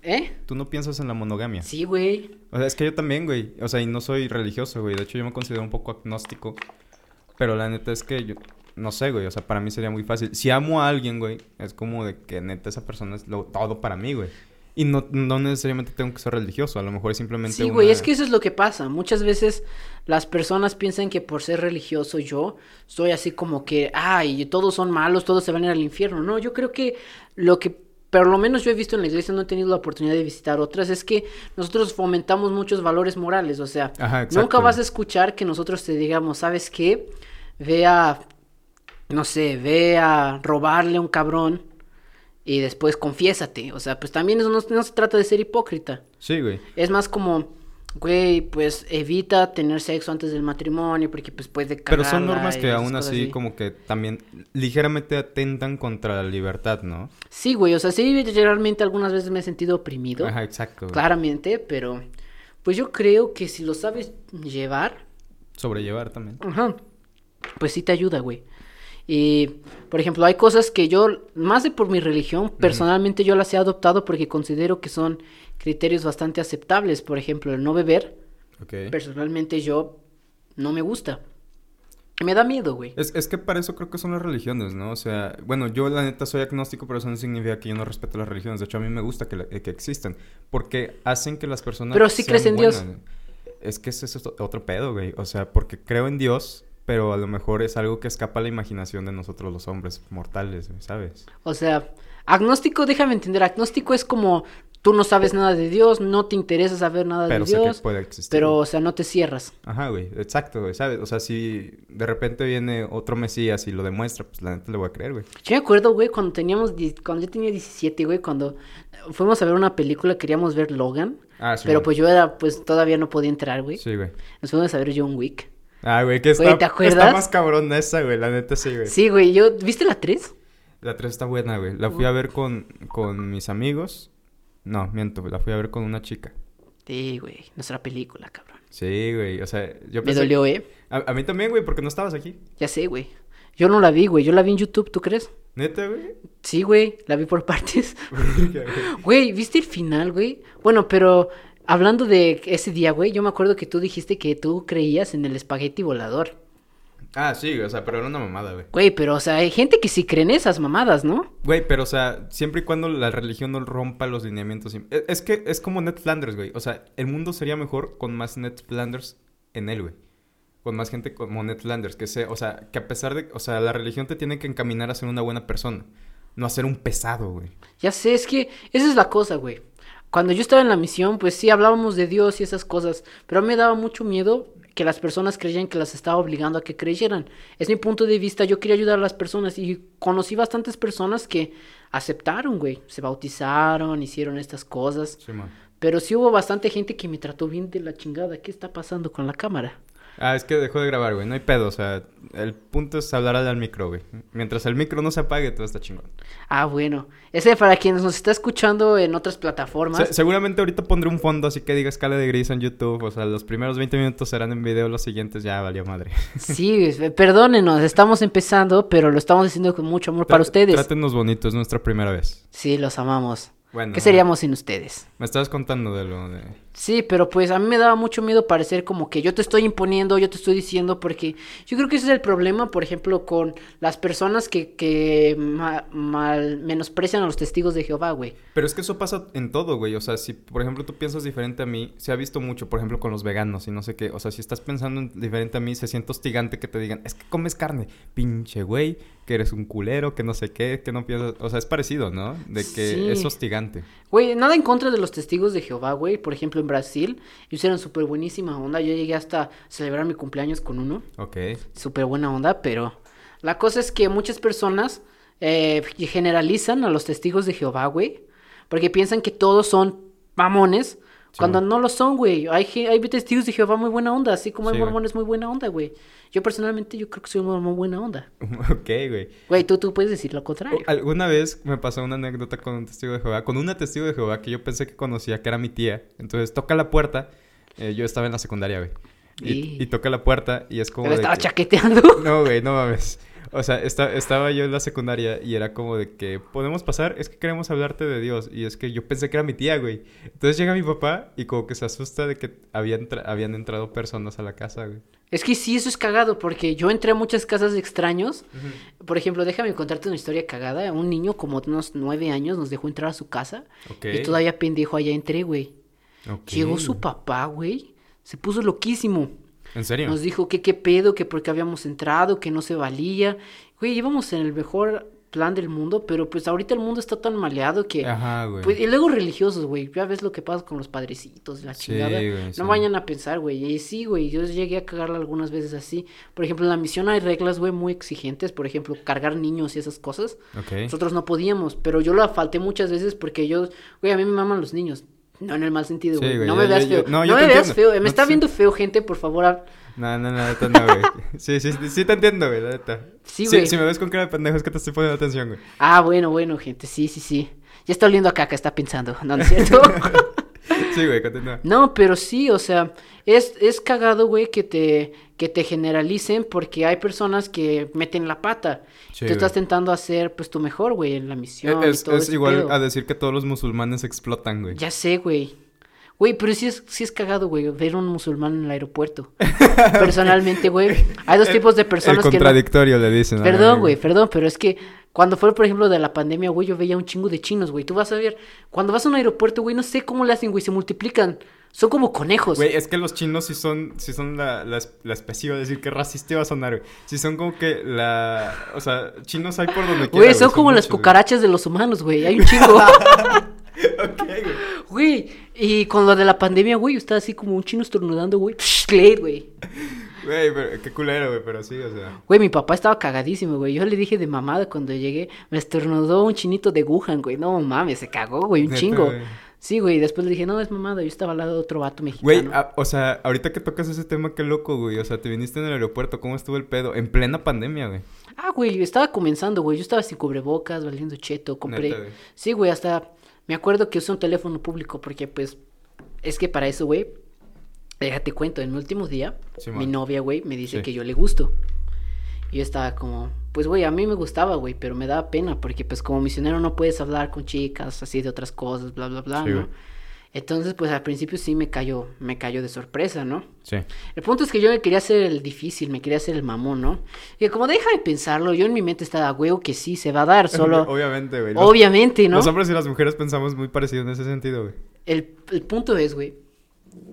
B: ¿Eh?
A: Tú no piensas en la monogamia.
B: Sí, güey.
A: O sea, es que yo también, güey. O sea, y no soy religioso, güey. De hecho, yo me considero un poco agnóstico. Pero la neta es que yo... No sé, güey. O sea, para mí sería muy fácil. Si amo a alguien, güey, es como de que neta esa persona es lo- todo para mí, güey. Y no, no necesariamente tengo que ser religioso. A lo mejor es simplemente
B: Sí, güey,
A: una-
B: es que eso es lo que pasa. Muchas veces las personas piensan que por ser religioso yo soy así como que, ay, todos son malos, todos se van a ir al infierno. No, yo creo que lo que, por lo menos yo he visto en la iglesia, no he tenido la oportunidad de visitar otras, es que nosotros fomentamos muchos valores morales. O sea,
A: Ajá, exacto,
B: nunca vas a
A: güey.
B: escuchar que nosotros te digamos, ¿sabes qué? Ve a, no sé, ve a robarle a un cabrón y después confiésate. O sea, pues también eso no, no se trata de ser hipócrita.
A: Sí, güey.
B: Es más como, güey, pues evita tener sexo antes del matrimonio porque pues puede
A: Pero son
B: cagarla
A: normas
B: y
A: que
B: esas
A: aún
B: cosas
A: así como que también ligeramente atentan contra la libertad, ¿no?
B: Sí, güey, o sea, sí, generalmente algunas veces me he sentido oprimido,
A: Ajá, exacto. güey.
B: claramente, pero pues yo creo que si lo sabes llevar,
A: Sobrellevar también.
B: ajá, pues sí te ayuda, güey. Y, por ejemplo, hay cosas que yo, más de por mi religión, personalmente yo las he adoptado porque considero que son criterios bastante aceptables. Por ejemplo, el no beber,
A: Ok.
B: personalmente yo no me gusta. Me da miedo, güey.
A: Es, es que para eso creo que son las religiones, ¿no? O sea, bueno, yo la neta soy agnóstico, pero eso no significa que yo no respeto las religiones. De hecho, a mí me gusta que, la- que existan, porque hacen que las personas...
B: Pero sí
A: sean
B: crees en Dios.
A: buenas. Es que ese es otro- otro pedo, güey. O sea, porque creo en Dios, pero a lo mejor es algo que escapa a la imaginación de nosotros los hombres mortales, güey, ¿sabes?
B: O sea, agnóstico, déjame entender, agnóstico es como tú no sabes nada de Dios, no te interesa saber nada
A: Pero
B: de
A: sé que
B: Dios,
A: puede existir.
B: pero, o sea, no te cierras.
A: Ajá, güey, exacto, güey, ¿sabes? O sea, si de repente viene otro Mesías y lo demuestra, pues la neta le voy a creer, güey.
B: Yo me acuerdo, güey, cuando teníamos, die- cuando yo tenía 17, güey, cuando fuimos a ver una película, queríamos ver Logan,
A: Ah, sí.
B: pero
A: güey.
B: pues yo era, pues todavía no podía entrar, güey.
A: Sí, güey.
B: Nos fuimos a ver John Wick.
A: Ah, güey, que está,
B: Güey, ¿te
A: está
B: acuerdas?
A: más cabrón esa, güey, la neta sí, güey.
B: Sí, güey, yo, ¿viste la 3?
A: La 3 está buena, güey. La fui a ver con, con mis amigos. No, miento, güey, la fui a ver con una chica.
B: Sí, güey, nuestra película, cabrón.
A: Sí, güey, o sea, yo
B: Me
A: pensé...
B: dolió, eh.
A: A, a mí también, güey, porque no estabas aquí.
B: Ya sé, güey. Yo no la vi, güey. Yo la vi en YouTube, ¿tú crees?
A: ¿Neta, güey?
B: Sí, güey. La vi por partes. Güey, ¿viste el final, güey? Bueno, pero hablando de ese día, güey, yo me acuerdo que tú dijiste que tú creías en el espagueti volador.
A: ah, sí, o sea, pero era una mamada, güey.
B: Güey, pero, o sea, hay gente que sí cree en esas mamadas, ¿no?
A: Güey, pero o sea, siempre y cuando la religión no rompa los lineamientos. im- e- Es que es como Ned Flanders, güey. O sea, el mundo sería mejor con más Ned Flanders en él, güey. Con más gente como Ned Flanders, que se, o sea, que a pesar de, o sea, la religión te tiene que encaminar a ser una buena persona, no a ser un pesado, güey.
B: Ya sé, es que esa es la cosa, güey. Cuando yo estaba en la misión, pues sí, hablábamos de Dios y esas cosas, pero a mí me daba mucho miedo que las personas creyeran que las estaba obligando a que creyeran. Es mi punto de vista, yo quería ayudar a las personas y conocí bastantes personas que aceptaron, güey, se bautizaron, hicieron estas cosas,
A: Sí, man.
B: pero sí hubo bastante gente que me trató bien de la chingada. ¿Qué está pasando con la cámara?
A: Ah, es que dejó de grabar, güey. No hay pedo, o sea, el punto es hablar al al micro, güey. Mientras el micro no se apague, todo está chingón.
B: Ah, bueno, ese para quienes nos está escuchando en otras plataformas.
A: Se- seguramente ahorita pondré un fondo así que diga escala de gris en YouTube. O sea, los primeros 20 minutos serán en video, los siguientes ya valió madre.
B: Sí, es- perdónenos, estamos empezando, pero lo estamos haciendo con mucho amor para
A: Tra-
B: ustedes.
A: Trátenos bonito, es nuestra primera vez.
B: Sí, los amamos.
A: Bueno.
B: ¿Qué seríamos sin ustedes?
A: Me estabas contando de lo de...
B: Sí, pero pues a mí me daba mucho miedo parecer como que yo te estoy imponiendo, yo te estoy diciendo, porque yo creo que ese es el problema, por ejemplo, con las personas que, que ma- mal menosprecian a los testigos de Jehová, güey.
A: Pero es que eso pasa en todo, güey. O sea, si, por ejemplo, tú piensas diferente a mí, se ha visto mucho, por ejemplo, con los veganos y no sé qué. O sea, si estás pensando en- diferente a mí, se siente hostigante que te digan, es que comes carne, pinche güey, que eres un culero, que no sé qué, que no piensas... O sea, es parecido, ¿no? De que
B: Sí.
A: es hostigante.
B: Güey, nada en contra de los testigos de Jehová, güey. Por ejemplo, en Brasil, ellos eran súper buenísima onda. Yo llegué hasta celebrar mi cumpleaños con uno.
A: Ok.
B: súper buena onda, pero la cosa es que muchas personas eh, generalizan a los testigos de Jehová, güey, porque piensan que todos son mamones, cuando no lo son, güey. Hay, ge- hay testigos de Jehová muy buena onda, así como
A: Sí,
B: hay
A: güey.
B: mormones muy buena onda, güey. Yo personalmente yo creo que soy un mormón buena onda.
A: ok, güey.
B: Güey, tú, tú puedes decir lo
A: O-
B: contrario.
A: Alguna vez me pasó una anécdota con un testigo de Jehová, con una testigo de Jehová que yo pensé que conocía, que era mi tía. Entonces toca la puerta, eh, yo estaba en la secundaria, güey. Y,
B: Y-
A: y toca la puerta y es como...
B: Pero
A: de
B: estaba
A: que-
B: chaqueteando.
A: No, güey, no mames. O sea, esta- estaba yo en la secundaria y era como de que podemos pasar, es que queremos hablarte de Dios. Y es que yo pensé que era mi tía, güey. Entonces llega mi papá y como que se asusta de que habían, tra- habían entrado personas a la casa, güey.
B: Es que sí, eso es cagado, porque yo entré a muchas casas de extraños. Por ejemplo, déjame contarte una historia cagada. Un niño como de unos nueve años nos dejó entrar a su casa.
A: Ok.
B: Y todavía pendejo allá entré, güey.
A: Ok.
B: Llegó su papá, güey. Se puso loquísimo.
A: ¿En serio?
B: Nos dijo que qué pedo, que porque habíamos entrado, que no se valía. Güey, íbamos en el mejor plan del mundo, pero pues ahorita el mundo está tan maleado que...
A: Ajá, güey.
B: Pues, y luego religiosos, güey. Ya ves lo que pasa con los padrecitos, la
A: Sí,
B: chingada.
A: güey,
B: no
A: sí.
B: vayan a pensar, güey. Y sí, güey. Yo llegué a cagarla algunas veces así. Por ejemplo, en la misión hay reglas, güey, muy exigentes. Por ejemplo, cargar niños y esas cosas.
A: Ok.
B: Nosotros no podíamos, pero yo la falté muchas veces porque yo, güey, a mí me maman los niños. No en el mal sentido,
A: Sí,
B: güey.
A: güey,
B: no
A: yo-
B: me veas
A: yo- yo-
B: feo.
A: no,
B: No,
A: yo
B: me
A: te
B: veas
A: entiendo.
B: feo. Eh,
A: No
B: Me está
A: te-
B: viendo feo, gente, por favor. ah, hab-
A: No, no, no, la neta no, güey. Sí, sí, sí, sí te entiendo, güey, la neta.
B: Sí, güey.
A: Si me ves con cara de pendejo es que te estoy poniendo atención, güey.
B: Ah, bueno, bueno, gente. Sí, sí, sí. Ya está oliendo a caca, está pensando. No, no es cierto.
A: Sí, güey, continúa.
B: no, pero sí, o sea, es, es cagado, güey, que te, que te generalicen porque hay personas que meten la pata.
A: Sí,
B: Tú estás
A: güey.
B: tentando hacer, pues, tu mejor, güey, en la misión. y
A: Es,
B: todo
A: es
B: ese
A: igual
B: pedo.
A: a decir que todos los musulmanes explotan, güey.
B: Ya sé, güey. Güey, pero sí es, sí es cagado, güey, ver un musulmán en el aeropuerto. Personalmente, güey. Hay dos tipos de
A: El
B: personas que... no-
A: contradictorio le dicen. ¿no?
B: Perdón, güey, perdón, pero es que cuando fue, por ejemplo, de la pandemia, güey, yo veía un chingo de chinos, güey. Tú vas a ver, cuando vas a un aeropuerto, güey, no sé cómo le hacen, güey, se multiplican. Son como conejos.
A: Güey, es que los chinos sí son, sí son la, la, es- la especie, iba a decir que racista iba a sonar, güey. Sí son como que la... O sea, chinos hay por donde quiera,
B: Güey, son como las
A: muchos, güey.
B: cucarachas de los humanos, güey. Hay un chingo.
A: Ok, güey.
B: Güey, y con lo de la pandemia, güey, está así como un chino estornudando, güey. Glade, güey.
A: Güey, pero qué culero, güey, pero sí, o sea...
B: Güey, mi papá estaba cagadísimo, güey. Yo le dije de mamada cuando llegué. Me estornudó un chinito de Wuhan, güey. No mames, se cagó, güey, un
A: Neta,
B: chingo.
A: güey.
B: Sí, güey. Después le dije, no, es mamada. Yo estaba al lado de otro vato mexicano.
A: Güey, a- o sea, ahorita que tocas ese tema, qué loco, güey. O sea, te viniste en el aeropuerto, ¿cómo estuvo el pedo? En plena pandemia, güey.
B: Ah, güey, estaba comenzando, güey. Yo estaba sin cubrebocas, valiendo cheto. Compré.
A: Neta, güey.
B: sí, güey, hasta. Me acuerdo que usé un teléfono público porque, pues. Es que para eso, güey. Déjate cuento, en el último día,
A: Sí,
B: mi
A: man.
B: novia, güey, me dice
A: Sí.
B: que yo le gusto. Y yo estaba como, Pues, güey, a mí me gustaba, güey, pero me daba pena porque, pues, como misionero no puedes hablar con chicas así de otras cosas, bla, bla, bla,
A: Sí,
B: ¿no?
A: güey.
B: Entonces, pues, al principio sí me cayó, me cayó de sorpresa, ¿no?
A: Sí.
B: El punto es que yo me quería hacer el difícil, me quería hacer el mamón, ¿no? Y como deja de pensarlo, yo en mi mente estaba, huevo, que sí, se va a dar, solo...
A: Obviamente, güey. Los-
B: Obviamente, ¿no?
A: Los hombres y las mujeres pensamos muy parecido en ese sentido, güey.
B: El, el punto es, güey,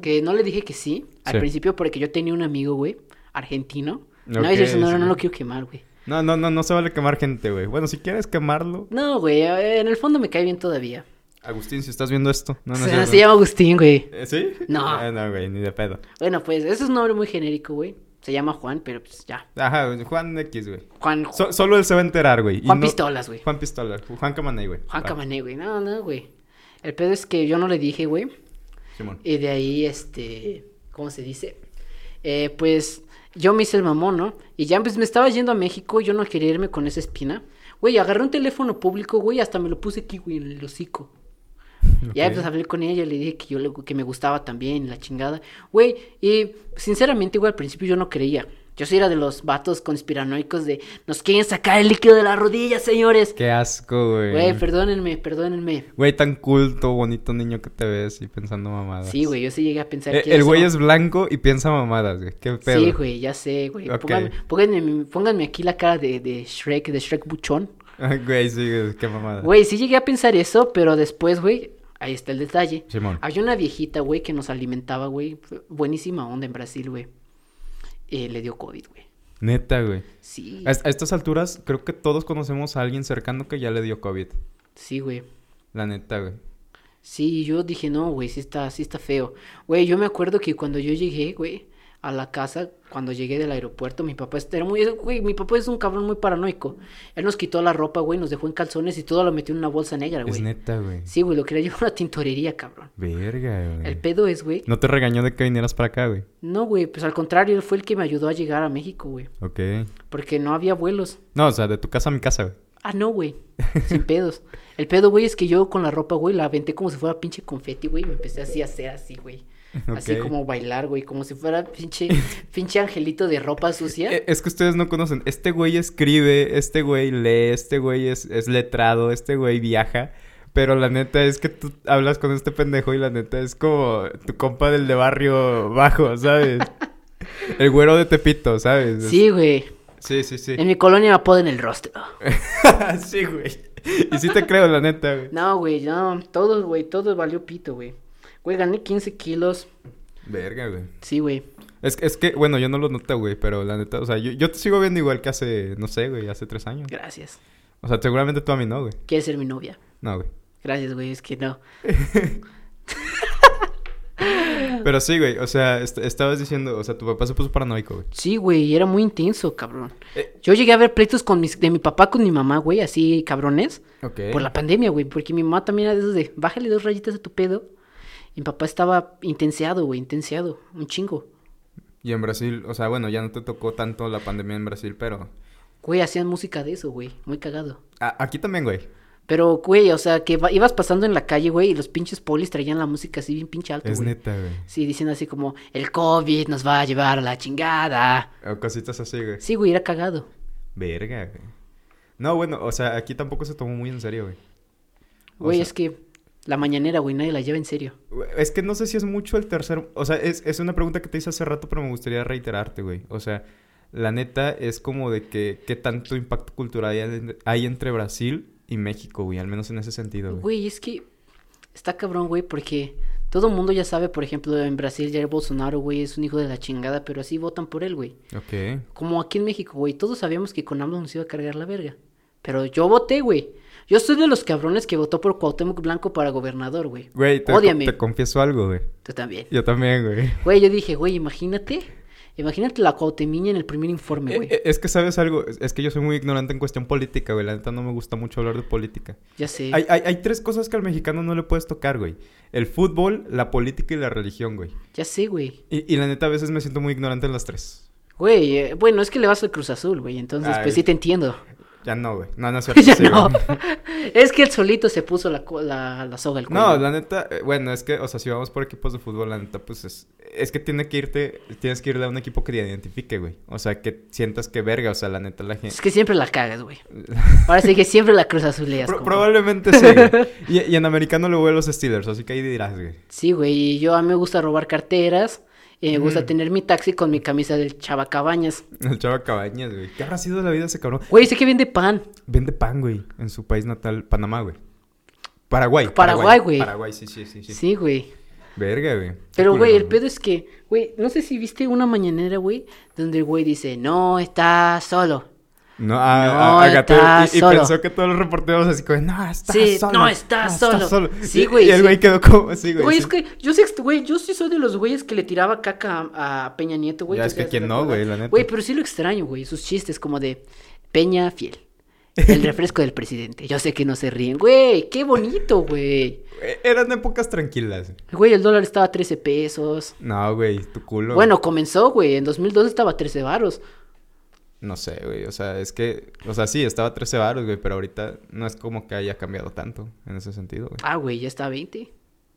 B: que no le dije que sí al
A: Sí.
B: principio porque yo tenía un amigo, güey, argentino. No, y yo
A: Ok,
B: decía, no, no,
A: sí.
B: no lo quiero quemar, güey.
A: No, no, no, no se vale quemar gente, güey. Bueno, si quieres quemarlo.
B: No, güey, eh, en el fondo me cae bien todavía.
A: Agustín, si estás viendo esto. No, no,
B: se,
A: es cierto.
B: se llama Agustín, güey.
A: Eh, ¿Sí?
B: No.
A: Ah, no, güey, ni de pedo.
B: Bueno, pues, ese es un nombre muy genérico, güey. Se llama Juan, pero pues ya.
A: Ajá, Juan X, güey.
B: Juan,
A: So- solo él se va a enterar, güey. y
B: Juan
A: no-
B: Pistolas, güey.
A: Juan Ah. Pistola. Juan Camaney, güey.
B: Juan
A: Va,
B: Camané, güey. No, no, güey. El pedo es que yo no le dije, güey.
A: Simón.
B: Y de ahí, este, ¿cómo se dice? Eh, pues yo me hice el mamón, ¿no? Y ya pues me estaba yendo a México, yo no quería irme con esa espina. Güey, agarré un teléfono público, güey, hasta me lo puse aquí, güey, en el hocico.
A: Ok.
B: Ya pues hablé con ella, le dije que yo le- que me gustaba también, la chingada. Güey, y sinceramente, güey, al principio yo no creía. Yo sí era de los vatos conspiranoicos de nos quieren sacar el líquido de las rodillas, señores.
A: Qué asco, güey.
B: Güey, perdónenme, perdónenme.
A: Güey, tan culto, bonito niño que te ves y pensando mamadas.
B: Sí, güey, yo sí llegué a pensar
A: Eh,
B: que
A: el
B: eso-
A: güey es blanco y piensa mamadas, güey. Qué pedo.
B: Sí, güey, ya sé, güey.
A: Ok.
B: Pónganme, pónganme- pónganme aquí la cara de, de Shrek, de Shrek Buchón.
A: Ah, Güey, sí, güey, qué mamada.
B: Güey, sí llegué a pensar eso, pero después, güey, ahí está el detalle.
A: Simón.
B: Había una viejita, güey, que nos alimentaba, güey. Buenísima onda en Brasil, güey. Eh, le dio COVID, güey.
A: Neta, güey.
B: Sí,
A: A, a estas alturas, creo que todos conocemos a alguien cercano que ya le dio COVID.
B: sí, güey.
A: La neta, güey.
B: Sí, yo dije, no, güey, sí está, sí está feo. Güey, yo me acuerdo que cuando yo llegué, güey, a la casa, cuando llegué del aeropuerto, mi papá est- era muy, güey, mi papá es un cabrón muy paranoico. Él nos quitó la ropa, güey, nos dejó en calzones y todo lo metió en una bolsa negra,
A: Es
B: güey.
A: neta, güey.
B: Sí, güey, lo quería llevar a una tintorería, cabrón.
A: Verga, güey.
B: El pedo es, güey.
A: No te regañó de que vinieras para acá, güey.
B: No, güey, pues al contrario, él fue el que me ayudó a llegar a México, güey.
A: Ok.
B: Porque no había vuelos.
A: No, o sea, de tu casa a mi casa, güey.
B: Ah, no, güey. Sin pedos. El pedo, güey, es que yo con la ropa, güey, la aventé como si fuera pinche confeti, güey. y Me empecé así a hacer así, güey. Así
A: Ok.
B: como bailar, güey. Como si fuera pinche, pinche angelito de ropa sucia.
A: Eh, Es que ustedes no conocen. Este güey escribe, este güey lee, este güey es, es letrado, este güey viaja. Pero la neta es que tú hablas con este pendejo y la neta es como tu compa del de barrio bajo, ¿sabes? El güero de Tepito, ¿sabes?
B: Sí, güey.
A: Sí, sí, sí.
B: En mi colonia me apodan el rostro.
A: sí, güey. Y sí te creo, la neta, güey.
B: No, güey, no. Todo, güey, todo valió pito, güey. Güey, gané 15 kilos.
A: Verga, güey.
B: Sí, güey.
A: Es, es que, bueno, yo no lo noté, güey, pero la neta, o sea, yo, yo te sigo viendo igual que hace, no sé, güey, hace tres años.
B: Gracias.
A: O sea, seguramente tú a mí no, güey.
B: ¿Quieres ser mi novia?
A: No, güey.
B: Gracias, güey, es que no.
A: Pero sí, güey, o sea, est- estabas diciendo, o sea, tu papá se puso paranoico, güey.
B: Sí, güey, y era muy intenso, cabrón.
A: Eh.
B: Yo llegué a ver pleitos con mis, de mi papá con mi mamá, güey, así cabrones,
A: Ok.
B: por la pandemia, güey, porque mi mamá también era de esos de, bájale dos rayitas a tu pedo. Y mi papá estaba intenseado, güey, intenseado, un chingo.
A: Y en Brasil, o sea, bueno, ya no te tocó tanto la pandemia en Brasil, pero...
B: Güey, hacían música de eso, güey, muy cagado.
A: A- aquí también, güey.
B: Pero, güey, o sea, que va- ibas pasando en la calle, güey, y los pinches polis traían la música así bien pinche alto,
A: Es
B: güey.
A: neta, güey.
B: Sí, diciendo así como, el COVID nos va a llevar a la chingada.
A: O cositas así, güey.
B: Sí, güey, era cagado.
A: Verga, güey. No, bueno, o sea, aquí tampoco se tomó muy en serio, güey. O
B: Güey,
A: sea-
B: es que la mañanera, güey, nadie la lleva en serio.
A: Es que no sé si es mucho el tercer... O sea, es, es una pregunta que te hice hace rato, pero me gustaría reiterarte, güey. O sea, la neta es como de que... ¿Qué tanto impacto cultural hay, en- hay entre Brasil y México, güey? Al menos en ese sentido, güey.
B: Güey, es que está cabrón, güey, porque todo el mundo ya sabe, por ejemplo, en Brasil Jair Bolsonaro, güey, es un hijo de la chingada, pero así votan por él, güey.
A: Ok.
B: Como aquí en México, güey, todos sabíamos que con AMLO nos iba a cargar la verga. Pero yo voté, güey. Yo soy de los cabrones que votó por Cuauhtémoc Blanco para gobernador, güey.
A: Güey, te,
B: Ódiame.
A: te confieso algo, güey.
B: Tú también.
A: Yo también, güey.
B: Güey, yo dije, güey, imagínate. Imagínate la Cuauhtemiña en el primer informe,
A: Eh,
B: güey.
A: eh, Es que sabes algo, es es que yo soy muy ignorante en cuestión política, güey. La neta no me gusta mucho hablar de política.
B: Ya sé.
A: Hay, hay- hay tres cosas que al mexicano no le puedes tocar, güey. El fútbol, la política y la religión, güey.
B: Ya sé, güey.
A: Y, y la neta a veces me siento muy ignorante en las tres.
B: Güey, eh, bueno, es que le vas al Cruz Azul, güey. Entonces,
A: Ay.
B: pues sí te entiendo.
A: Ya no, güey. No, no es cierto.
B: ya
A: sí,
B: no.
A: güey.
B: Es que el solito se puso la, cu- la, la soga al cuello.
A: No, la neta, eh, bueno, es que, o sea, si vamos por equipos de fútbol, la neta, pues es, es que tiene que irte, tienes que irle a un equipo que te identifique, güey. O sea, que sientas que verga, o sea, la neta, la gente.
B: Es que siempre la cagas, güey. Ahora sí que siempre la cruz azuleas.
A: Pro- probablemente sí. güey. Y, y en americano lo voy a los Steelers, así que ahí dirás, güey.
B: Sí, güey, y yo a mí me gusta robar carteras. Y me gusta
A: Ujú.
B: tener mi taxi con mi camisa del Chava Cabañas.
A: El chavo Cabañas, güey. ¿Qué habrá sido de la vida de ese cabrón?
B: Güey, sé que vende pan.
A: Vende pan, güey, en su país natal, Panamá, güey. Paraguay.
B: Paraguay, güey.
A: Paraguay, sí, sí, sí. sí.
B: Sí, güey.
A: Verga, güey. Qué
B: Pero, güey,
A: culero,
B: el pedo es que, güey, no sé si viste una mañanera, güey, donde el güey dice, no, está solo.
A: No, a,
B: No,
A: a- a Gatel,
B: está
A: y, y
B: solo.
A: pensó que todos los reporteros así como, no, está
B: Sí,
A: solo.
B: no, está solo". Sí,
A: Y-
B: güey,
A: Y, el
B: sí.
A: güey quedó como, sí, güey.
B: Güey, es
A: sí.
B: que yo sí, güey, yo sí soy de los güeyes que le tiraba caca a, a Peña Nieto, güey.
A: Ya
B: que
A: es que
B: se
A: quién no,
B: recuerda.
A: güey, la neta.
B: Güey, pero sí lo extraño, güey, sus chistes como de Peña fiel. El refresco del presidente. Yo sé que no se ríen. Güey, qué bonito, güey.
A: Eh, Eran épocas tranquilas.
B: Güey, el dólar estaba a 13 pesos.
A: No, güey, tu culo.
B: Bueno, comenzó, güey. En 2012 estaba a 13 varos.
A: No sé, güey, o sea, es que, o sea, sí, estaba a 13 baros, güey, pero ahorita no es como que haya cambiado tanto en ese sentido, güey.
B: Ah, güey, ya está a 20.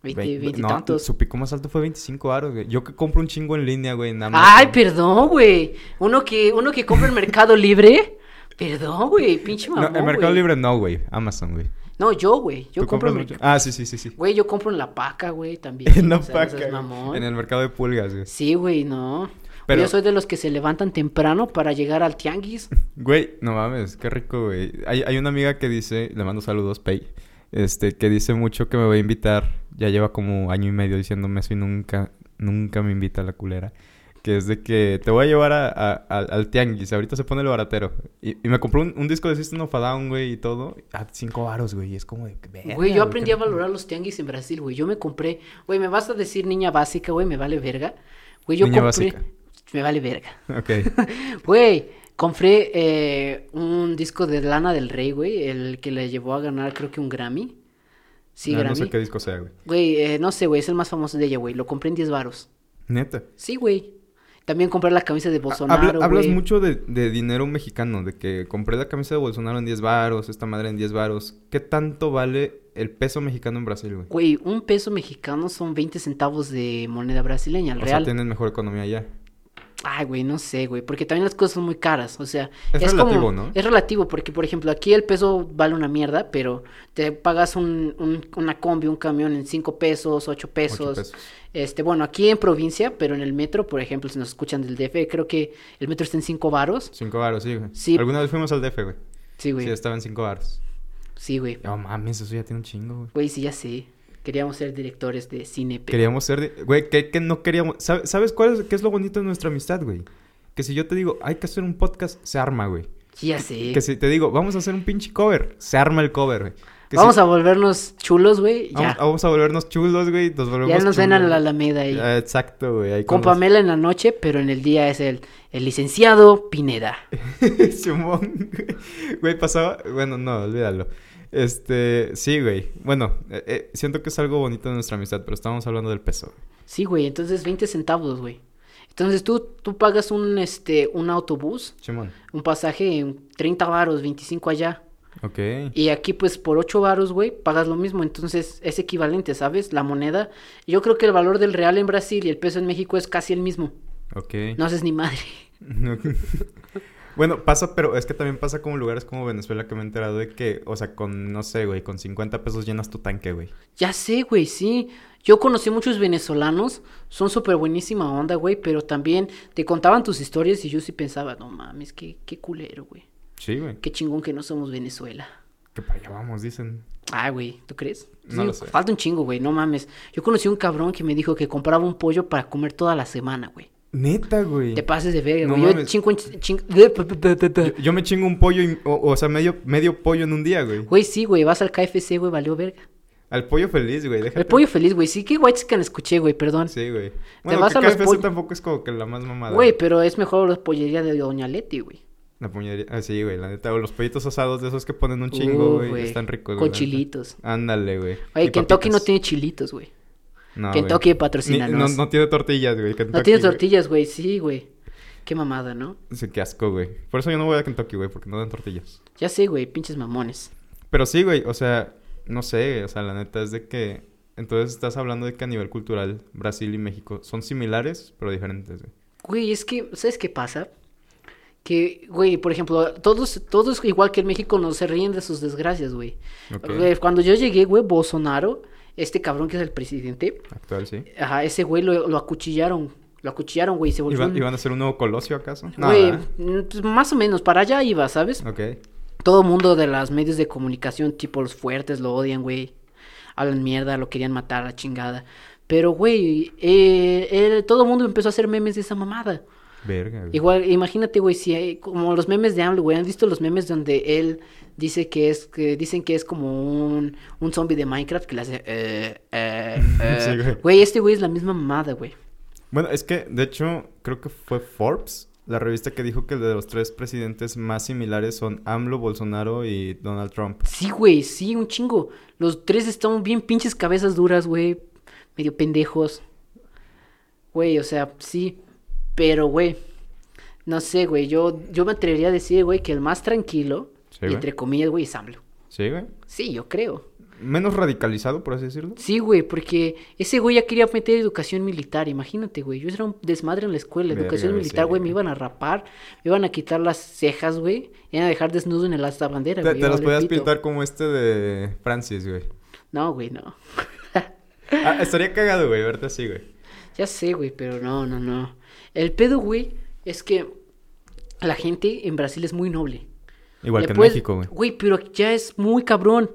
B: 20,
A: Vein-
B: 20 y
A: no,
B: tantos.
A: su pico más alto fue 25 baros, güey. Yo que compro un chingo en línea, güey, nada más.
B: Ay, perdón, güey. Uno que, uno que compra en Mercado Libre. Perdón, güey, pinche
A: No,
B: mamón,
A: en Mercado
B: güey.
A: Libre no, güey, Amazon, güey.
B: No, yo, güey. Yo
A: ¿Tú
B: compro
A: compras
B: en Mercado-
A: mucho? Ah, sí, sí, sí, sí.
B: Güey, yo compro en La Paca, güey, también.
A: En la
B: o sea, no seas
A: paca, güey.
B: mamón.
A: En el mercado de pulgas, güey.
B: Sí, güey, no.
A: Pero-
B: Yo soy de los que se levantan temprano para llegar al tianguis.
A: Güey, no mames, qué rico, güey. Hay, hay una amiga que dice, le mando saludos, Pei, este, que dice mucho que me va a invitar. Ya lleva como año y medio diciéndome eso y nunca, nunca me invita a la culera. Que es de que te voy a llevar a- a- a- al tianguis, ahorita se pone el baratero. Y, y me compró un, un disco de System of a Down, güey, y todo, a cinco varos, güey, y es como de... que, verga,
B: Güey, yo
A: qué
B: aprendí a
A: rico.
B: valorar los tianguis en Brasil, güey. Yo me compré, güey, me vas a decir niña básica, güey, me vale verga. Güey, yo
A: Niña
B: compré.
A: básica.
B: Me vale verga.
A: Ok,
B: Güey, compré eh, un disco de Lana del Rey, güey, el que le llevó a ganar creo que un Grammy. Sí,
A: Ah, no,
B: Grammy.
A: no sé qué disco sea, güey.
B: Güey, eh, no sé, güey, es el más famoso de ella, güey. Lo compré en 10 varos.
A: Neta.
B: Sí, güey. También compré la camisa de
A: Ha-
B: Bolsonaro,
A: habla- hablas
B: pues, güey.
A: mucho de, de dinero mexicano, de que compré la camisa de Bolsonaro en 10 varos, esta madre en 10 varos. ¿Qué tanto vale el peso mexicano en Brasil, güey?
B: Güey, un peso mexicano son 20 centavos de moneda brasileña, el
A: O
B: real.
A: sea, tienen mejor economía allá.
B: Ay, güey, no sé, güey, porque también las cosas son muy caras, o sea,
A: Es relativo, ¿no?
B: Es relativo, porque, por ejemplo, aquí el peso vale una mierda, pero te pagas un, un- una combi, un camión en 5 pesos, 8 pesos,
A: Ocho pesos.
B: este, bueno, aquí en provincia, pero en el metro, por ejemplo, si nos escuchan del DF, creo que el metro está en 5 varos,
A: 5 varos, sí, güey.
B: Sí.
A: Alguna vez fuimos al DF, güey.
B: sí,
A: Sí,
B: güey,
A: estaba en 5 varos.
B: sí, güey,
A: No mames, eso ya tiene un chingo, güey.
B: güey, sí, ya sé, queríamos ser directores de cine, pero...
A: Queríamos ser... de- Güey, que, que no queríamos... ¿Sabe- ¿Sabes cuál es, qué es lo bonito de nuestra amistad, güey? Que si yo te digo, hay que hacer un podcast, se arma, güey.
B: Sí, ya sé,
A: Que si te digo, vamos a hacer un pinche cover, se arma el cover, güey. Que si-
B: vamos a volvernos chulos, güey, ya,
A: Vamos, vamos a volvernos chulos, güey. Nos volvemos
B: ya nos ven a
A: chulos.
B: la Alameda ahí.
A: Ah, exacto, güey. ahí
B: Con
A: con
B: Pamela en la noche, pero en el día es el, el licenciado Pineda.
A: los- Simón, güey. Güey, pasaba. Bueno, no, olvídalo. Este, sí, güey. Bueno, eh, eh, siento que es algo bonito de nuestra amistad, pero estábamos hablando del peso.
B: Sí, güey, entonces 20 centavos, güey. Entonces tú, tú pagas un, este, un autobús,
A: Simón.
B: un pasaje en 30 varos, 25 allá.
A: Ok.
B: Y aquí pues por 8 varos, güey, pagas lo mismo. Entonces es equivalente, ¿sabes? La moneda. Yo creo que el valor del real en Brasil y el peso en México es casi el mismo.
A: Ok.
B: No haces ni madre.
A: bueno, pasa, pero es que también pasa como lugares como Venezuela que me he enterado de que, o sea, con, no sé, güey, con 50 pesos llenas tu tanque, güey.
B: Ya sé, güey, sí. Yo conocí muchos venezolanos, son súper buenísima onda, güey, pero también te contaban tus historias y yo sí pensaba, no mames, qué, qué culero, güey.
A: Sí, güey.
B: Qué chingón que no somos Venezuela.
A: Que para allá vamos, dicen.
B: Ah, güey, ¿tú crees?
A: No
B: Sí,
A: lo sé.
B: Falta un chingo, güey, no mames. Yo conocí un cabrón que me dijo que compraba un pollo para comer toda la semana, güey.
A: Neta, güey.
B: Te pases de verga,
A: No
B: güey. Yo
A: mames.
B: chingo, chingo...
A: Yo, yo me chingo un pollo, y- o, o sea, medio, medio pollo en un día, güey.
B: Güey, sí, güey, vas al KFC, güey, valió verga.
A: Al pollo feliz, güey. Déjate.
B: El pollo feliz, güey, sí, qué guay que escuché, güey, perdón.
A: Sí, güey. Bueno,
B: vas
A: que
B: a los
A: KFC
B: pollos-
A: tampoco es como que la más mamada.
B: Güey, pero es mejor la pollería de Doña Leti, güey.
A: La puñería. Ah, sí, güey, la neta. O los pollitos asados de esos que ponen un
B: Uh,
A: chingo, güey.
B: güey.
A: Están ricos, la
B: Con
A: neta.
B: chilitos.
A: Ándale, güey.
B: Oye,
A: Y
B: Kentucky no
A: papitas.
B: tiene chilitos, güey.
A: No,
B: Kentucky
A: güey.
B: patrocina,
A: Ni-
B: no
A: no,
B: es-
A: no tiene tortillas, güey. Kentucky,
B: No tiene
A: güey.
B: tortillas, güey. Sí, güey. Qué mamada, ¿no?
A: Sí, qué asco, güey. Por eso yo no voy a Kentucky, güey, porque no dan tortillas.
B: Ya sé, güey, pinches mamones.
A: Pero sí, güey, o sea, no sé, o sea, la neta es de que... Entonces estás hablando de que a nivel cultural Brasil y México son similares, pero diferentes, güey.
B: Güey, es que, ¿sabes qué pasa? Que, güey, por ejemplo, todos, todos igual que en México nos se ríen de sus desgracias, güey.
A: Ok.
B: Güey, Cuando yo llegué, güey, Bolsonaro, este cabrón que es el presidente,
A: Actual, sí.
B: ajá, ese güey lo, lo acuchillaron, lo acuchillaron, güey, se volvió
A: ¿Iban,
B: un-
A: iban a hacer un nuevo colosio acaso? No,
B: Güey,
A: ¿verdad?
B: mm, pues, más o menos, para allá iba, ¿sabes?
A: Ok.
B: Todo mundo de las medios de comunicación, tipo los fuertes, lo odian, güey. Hablan mierda, lo querían matar, la chingada. Pero, güey, eh, eh, todo el mundo empezó a hacer memes de esa mamada.
A: Verga, güey.
B: Igual, imagínate, güey, si hay como los memes de AMLO, güey. ¿Han visto los memes donde él dice que es, que dicen que es como un, un zombie de Minecraft que le hace, eh, eh, eh?
A: Sí, güey.
B: Güey, este güey es la misma mamada, güey.
A: Bueno, es que, de hecho, creo que fue Forbes la revista que dijo que de los tres presidentes más similares son AMLO, Bolsonaro y Donald Trump.
B: Sí, güey, sí, un chingo. Los tres están bien pinches cabezas duras, güey. Medio pendejos. Güey, o sea, sí. Pero, güey. No sé, güey. Yo, yo me atrevería a decir, güey, que el más tranquilo,
A: Sí,
B: y
A: güey.
B: entre comillas, güey, es AMLO.
A: ¿Sí, güey?
B: Sí, yo creo.
A: Menos radicalizado, por así decirlo.
B: Sí, güey, porque ese güey ya quería meter educación militar, imagínate, güey. Yo era un desmadre en la escuela,
A: Verga,
B: educación
A: güey,
B: militar,
A: sí.
B: güey, me iban a rapar, me iban a quitar las cejas, güey, me iban a dejar desnudo en el asta bandera,
A: Te,
B: güey.
A: te
B: ya
A: las
B: valió
A: podías
B: pito.
A: pintar como este de Francis, güey.
B: No, güey, no.
A: Ah, estaría cagado, güey, verte así, güey.
B: Ya sé, güey, pero no, no, no. El pedo, güey, es que la gente en Brasil es muy noble.
A: Igual
B: Le
A: que en
B: puedes-
A: México, güey.
B: Güey, pero ya es muy cabrón.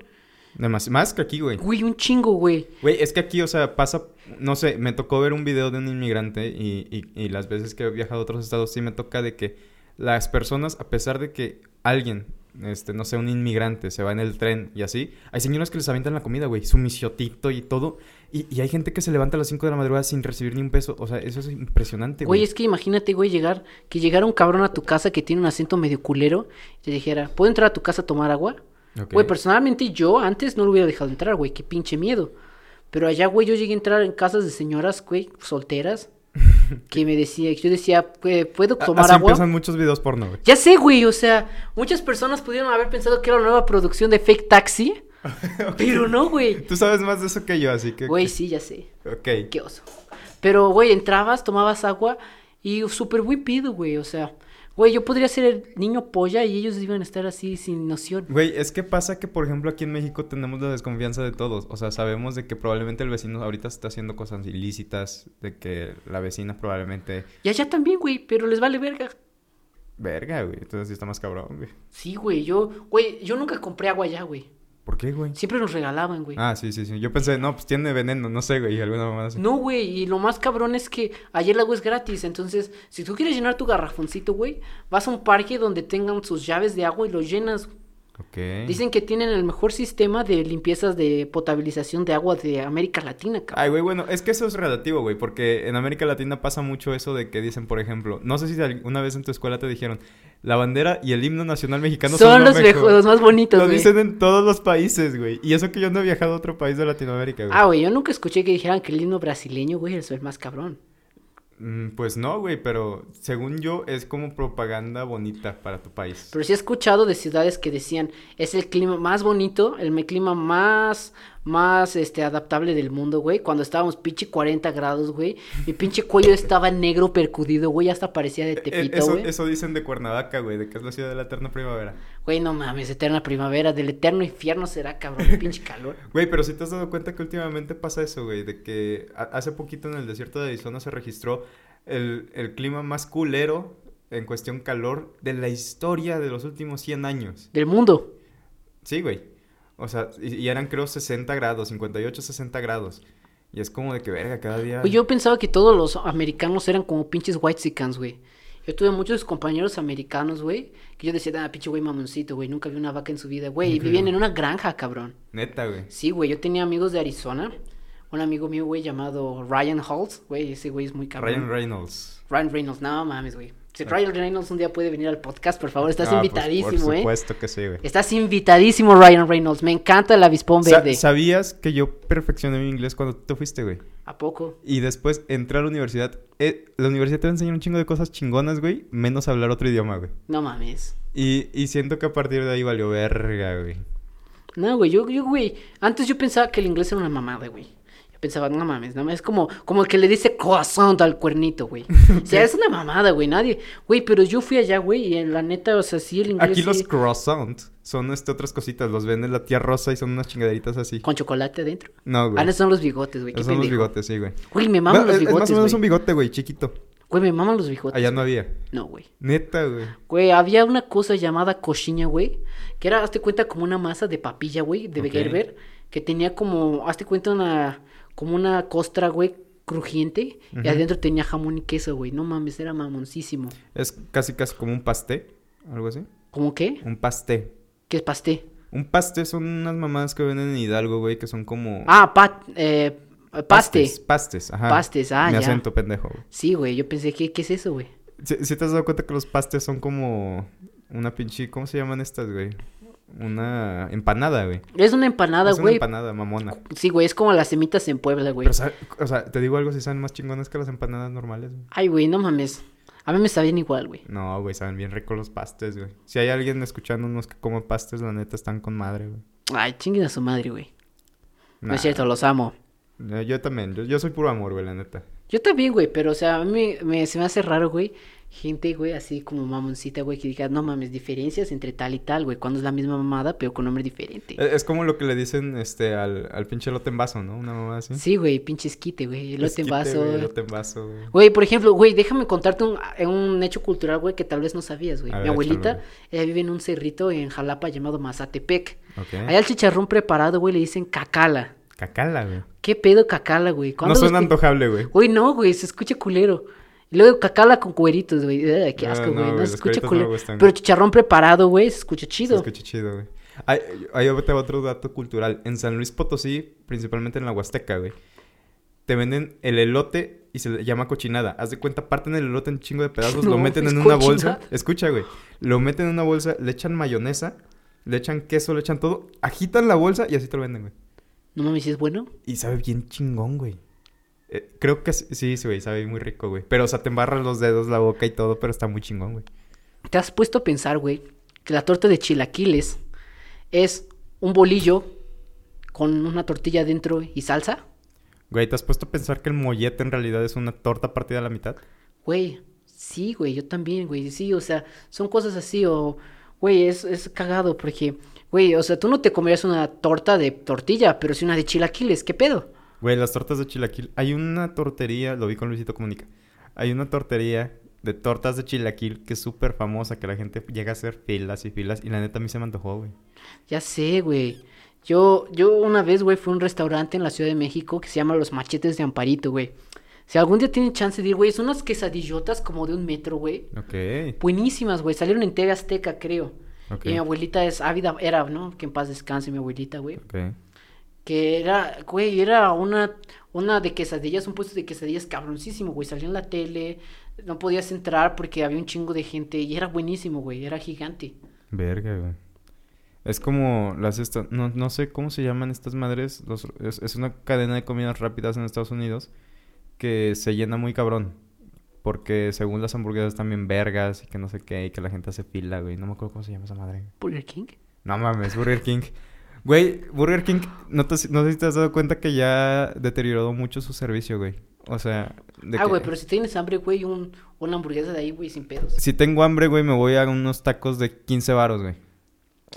A: Demas- Más que aquí, güey.
B: Güey, un chingo, güey.
A: Güey, es que aquí, o sea, pasa, no sé, me tocó ver un video de un inmigrante y, y- y las veces que he viajado a otros estados sí me toca de que las personas, a pesar de que alguien, este, no sé, un inmigrante se va en el tren y así, hay señoras que les avientan la comida, güey, su misiotito y todo, y, y hay gente que se levanta a las 5 de la madrugada sin recibir ni un peso, o sea, eso es impresionante,
B: Güey,
A: güey.
B: es que imagínate, güey, llegar, que llegara un cabrón a tu casa que tiene un acento medio culero y te dijera, ¿puedo entrar a tu casa a tomar agua?
A: Ok.
B: Güey, personalmente yo antes no lo hubiera dejado entrar, güey, qué pinche miedo. Pero allá, güey, yo llegué a entrar en casas de señoras, güey, solteras, que me decía, yo decía, "Eh, ¿puedo
A: A-
B: tomar
A: Ah, así
B: agua?
A: empiezan muchos videos porno, güey.
B: Ya sé, güey, o sea, muchas personas pudieron haber pensado que era una nueva producción de Fake Taxi, pero no, güey.
A: Tú sabes más de eso que yo, así que...
B: Güey, sí, ya sé.
A: Ok.
B: Qué oso. Pero, güey, entrabas, tomabas agua y súper buen pido, güey. O sea, güey, yo podría ser el niño polla y ellos iban a estar así sin noción.
A: Güey, es que pasa que, por ejemplo, aquí en México tenemos la desconfianza de todos. O sea, sabemos de que probablemente el vecino ahorita está haciendo cosas ilícitas, de que la vecina probablemente...
B: Y allá también, güey, pero les vale verga.
A: Verga, güey. Entonces sí está más cabrón, güey.
B: Sí, güey, yo, güey, yo nunca compré agua allá, güey.
A: ¿Por qué, güey?
B: Siempre nos regalaban, güey.
A: Ah, sí, sí, sí. Yo pensé, no, pues tiene veneno, no sé, güey, alguna mamada así.
B: No, güey, y lo más cabrón es que ayer el agua es gratis, entonces, si tú quieres llenar tu garrafoncito, güey, vas a un parque donde tengan sus llaves de agua y lo llenas.
A: Ok.
B: Dicen que tienen el mejor sistema de limpiezas de potabilización de agua de América Latina, cabrón.
A: Ay, güey, bueno, es que eso es relativo, güey, porque en América Latina pasa mucho eso de que dicen, por ejemplo, no sé si alguna vez en tu escuela te dijeron, la bandera y el himno nacional mexicano
B: son,
A: lo
B: los,
A: mejor".
B: mejor- los más bonitos,
A: Lo
B: güey.
A: dicen en todos los países, güey. Y eso que yo no he viajado a otro país de Latinoamérica, güey.
B: Ah, güey, yo nunca escuché que dijeran que el himno brasileño, güey, es el más cabrón.
A: Mm, Pues no, güey, pero según yo es como propaganda bonita para tu país.
B: Pero sí he escuchado de ciudades que decían, es el clima más bonito, el me- clima más, más, este, adaptable del mundo, güey. Cuando estábamos pinche 40 grados, güey, mi pinche cuello estaba negro percudido, güey, hasta parecía de
A: E-
B: Tepito,
A: eso,
B: güey.
A: eso dicen de Cuernavaca, güey, de que es la ciudad de la eterna primavera.
B: Güey, no mames, eterna primavera, del eterno infierno será, cabrón, pinche calor.
A: Güey, pero si te has dado cuenta que últimamente pasa eso, güey, de que ha- hace poquito en el desierto de Arizona se registró el, el clima más culero en cuestión calor de la historia de los últimos 100 años.
B: Del mundo.
A: Sí, güey. O sea, y, y eran creo 60 grados, 58, 60 grados. Y es como de que verga, cada día...
B: Güey, Pues yo pensaba que todos los americanos eran como pinches white güey. Yo tuve muchos compañeros americanos, güey, que yo decía, ah, pinche güey mamoncito, güey, nunca vi una vaca en su vida, güey, y
A: Ok.
B: vivían en una granja, cabrón.
A: Neta, güey.
B: Sí, güey, yo tenía amigos de Arizona, un amigo mío, güey, llamado Ryan Holtz, güey, ese güey es muy cabrón.
A: Ryan Reynolds.
B: Ryan Reynolds, no mames, güey. Si
A: Ah.
B: Ryan Reynolds un día puede venir al podcast, por favor, estás
A: Ah, pues,
B: invitadísimo,
A: Por
B: eh.
A: supuesto que sí, güey.
B: Estás invitadísimo, Ryan Reynolds. Me encanta el avispón
A: Sa-
B: verde.
A: ¿Sabías que yo perfeccioné mi inglés cuando tú te fuiste, güey?
B: ¿A poco?
A: Y después entré a la universidad. Eh, la universidad te va a enseñar un chingo de cosas chingonas, güey, menos hablar otro idioma, güey.
B: No mames.
A: Y, y siento que a partir de ahí valió verga, güey.
B: No, güey, yo, yo, güey, antes yo pensaba que el inglés era una mamada, güey. Yo pensaba, no mames, no mames, es como, como el que le dice croissant al cuernito, güey. O sea, es una mamada, güey, nadie. Güey, pero yo fui allá, güey, y en la neta, o sea, sí el inglés...
A: Aquí
B: sí-
A: los croissant son este, otras cositas. Los venden la tía rosa y son unas chingaderitas así.
B: Con chocolate adentro.
A: No,
B: Ah,
A: güey.
B: no, son los bigotes, güey. qué
A: Esos son los
B: pendejo.
A: bigotes, sí, güey.
B: Güey, me maman
A: No,
B: los
A: es, es
B: bigotes,
A: más o menos un
B: güey.
A: bigote, güey, chiquito.
B: Güey, me maman los bigotes.
A: Allá no había.
B: No, güey.
A: Neta, güey.
B: Güey, había una cosa llamada coxinha, güey, que era, hazte cuenta, como una masa de papilla, güey, de
A: Ok.
B: Gerber, que tenía como, hazte cuenta, una, como una costra, güey, crujiente, y
A: Ujú.
B: adentro tenía jamón y queso, güey, no mames, era mamoncísimo.
A: Es casi, casi como un pasté. Algo así.
B: ¿Cómo qué?
A: Un pasté.
B: ¿Qué es pasté?
A: Un pasté son unas mamadas que venden en Hidalgo, güey, que son como.
B: Ah, pat, eh, paste.
A: Pastes, pastes, ajá.
B: Pastes, ah,
A: Mi
B: ya.
A: acento, pendejo. güey.
B: Sí, güey, yo pensé, ¿qué, qué es eso, güey?
A: ¿Sí, sí te has dado cuenta que los pastes son como una pinche... ¿Cómo se llaman estas, güey? Una empanada, güey.
B: Es una empanada,
A: es una
B: güey.
A: empanada mamona.
B: Sí, güey, es como las semitas en Puebla, güey.
A: Pero, sabe- o sea, te digo algo, si saben más chingonas que las empanadas normales, güey.
B: Ay, güey, no mames. A mí me sabían igual, güey.
A: No, güey, saben bien ricos los pastes, güey. Si hay alguien escuchándonos que come pastes, la neta, están con madre, güey.
B: Ay, chinguen a su madre, güey. No
A: Nah.
B: es cierto, los amo.
A: No, eh, Yo también, yo, yo soy puro amor, güey, la neta.
B: Yo también, güey, pero, o sea, a mí me- se me hace raro, güey, gente, güey, así como mamoncita, güey, que diga, no mames, diferencias entre tal y tal, güey, cuando es la misma mamada, pero con nombre diferente.
A: Eh, Es, es como lo que le dicen, este, al, al pinche lote en vaso, ¿no? Una mamada así.
B: Sí, güey, pinche esquite, güey, elote en
A: Esquite,
B: vaso.
A: güey, Elote en vaso, güey.
B: Güey, por ejemplo, güey, déjame contarte un, eh, un hecho cultural, güey, que tal vez no sabías, güey.
A: A
B: Mi
A: ver,
B: abuelita,
A: échalo,
B: ella vive en un cerrito en Jalapa llamado Mazatepec.
A: Ok.
B: Allá al chicharrón preparado, güey, le dicen cacala.
A: Cacala, güey.
B: ¿Qué pedo cacala, güey?
A: No
B: ¿Cuándo lo
A: suena
B: escu-
A: antojable, güey.
B: Güey, no, güey, se escucha culero. Y luego cacala con cueritos, güey. Ugh, Qué
A: No,
B: asco,
A: Ah, no,
B: güey. No,
A: güey,
B: se
A: los
B: escucha
A: cueritos no
B: culero.
A: me gustan,
B: Pero
A: güey.
B: chicharrón preparado, güey, se escucha
A: Se
B: chido.
A: escucha chido, güey. Hay, hay otro, otro dato cultural. En San Luis Potosí, principalmente en la Huasteca, güey, te venden el elote y se le llama cochinada. Haz de cuenta, parten el elote en chingo de pedazos,
B: No,
A: lo meten
B: es
A: en una bolsa.
B: cochinada.
A: Escucha, güey. Lo meten en una bolsa, le echan mayonesa, le echan queso, le echan todo, agitan la bolsa y así te lo venden, güey.
B: No mames, ¿sí es bueno.
A: Y sabe bien chingón, güey. Eh, creo que sí, sí, sí, güey, sabe muy rico, güey. Pero, o sea, te embarras los dedos, la boca y todo, pero está muy chingón, güey.
B: ¿Te has puesto a pensar, güey, que la torta de chilaquiles es un bolillo con una tortilla dentro y salsa?
A: Güey, ¿te has puesto a pensar que el mollete en realidad es una torta partida a la mitad?
B: Güey, sí, güey, yo también, güey, sí, o sea, son cosas así, o, güey, es, es cagado porque, güey, o sea, tú no te comerías una torta de tortilla, pero sí una de chilaquiles, ¿qué pedo?
A: Güey, las tortas de chilaquil. Hay una tortería, lo vi con Luisito Comunica. Hay una tortería de tortas de chilaquil que es súper famosa, que la gente llega a hacer filas y filas. Y la neta a mí se me antojó, güey.
B: Ya sé, güey. Yo, yo una vez, güey, fui a un restaurante en la Ciudad de México que se llama Los Machetes de Amparito, güey. Si algún día tienen chance de ir, güey, son unas quesadillotas como de un metro, güey.
A: Ok.
B: Buenísimas, güey. Salieron en TV Azteca, creo.
A: Ok.
B: Y mi abuelita es ávida, era, ¿no? Que en paz descanse mi abuelita, güey.
A: Ok.
B: Que era, güey, era una, una de quesadillas, un puesto de quesadillas cabroncísimo, güey. Salió en la tele, no podías entrar porque había un chingo de gente y era buenísimo, güey. Era gigante.
A: Verga, güey. Es como las estas. No, no sé cómo se llaman estas madres. los- es, es una cadena de comidas rápidas en Estados Unidos que se llena muy cabrón. Porque según las hamburguesas también vergas y que no sé qué, y que la gente hace fila, güey. No me acuerdo cómo se llama esa madre.
B: Burger King.
A: No mames, Burger King. Güey, Burger King, no, te- no sé si te has dado cuenta que ya deterioró mucho su servicio, güey. O sea, de
B: Ah,
A: que-
B: güey, pero si tienes hambre, güey, un, una hamburguesa de ahí, güey, sin pedos.
A: Si tengo hambre, güey, me voy a unos tacos de 15 varos, güey.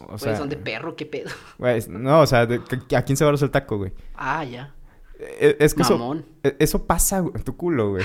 A: O
B: Güey,
A: sea,
B: son de perro, qué pedo.
A: güey, es- no, o sea, de que- a 15 varos el taco, güey.
B: Ah, ya.
A: E- Es que eso,
B: Mamón.
A: e- eso pasa, güey, en tu culo, güey.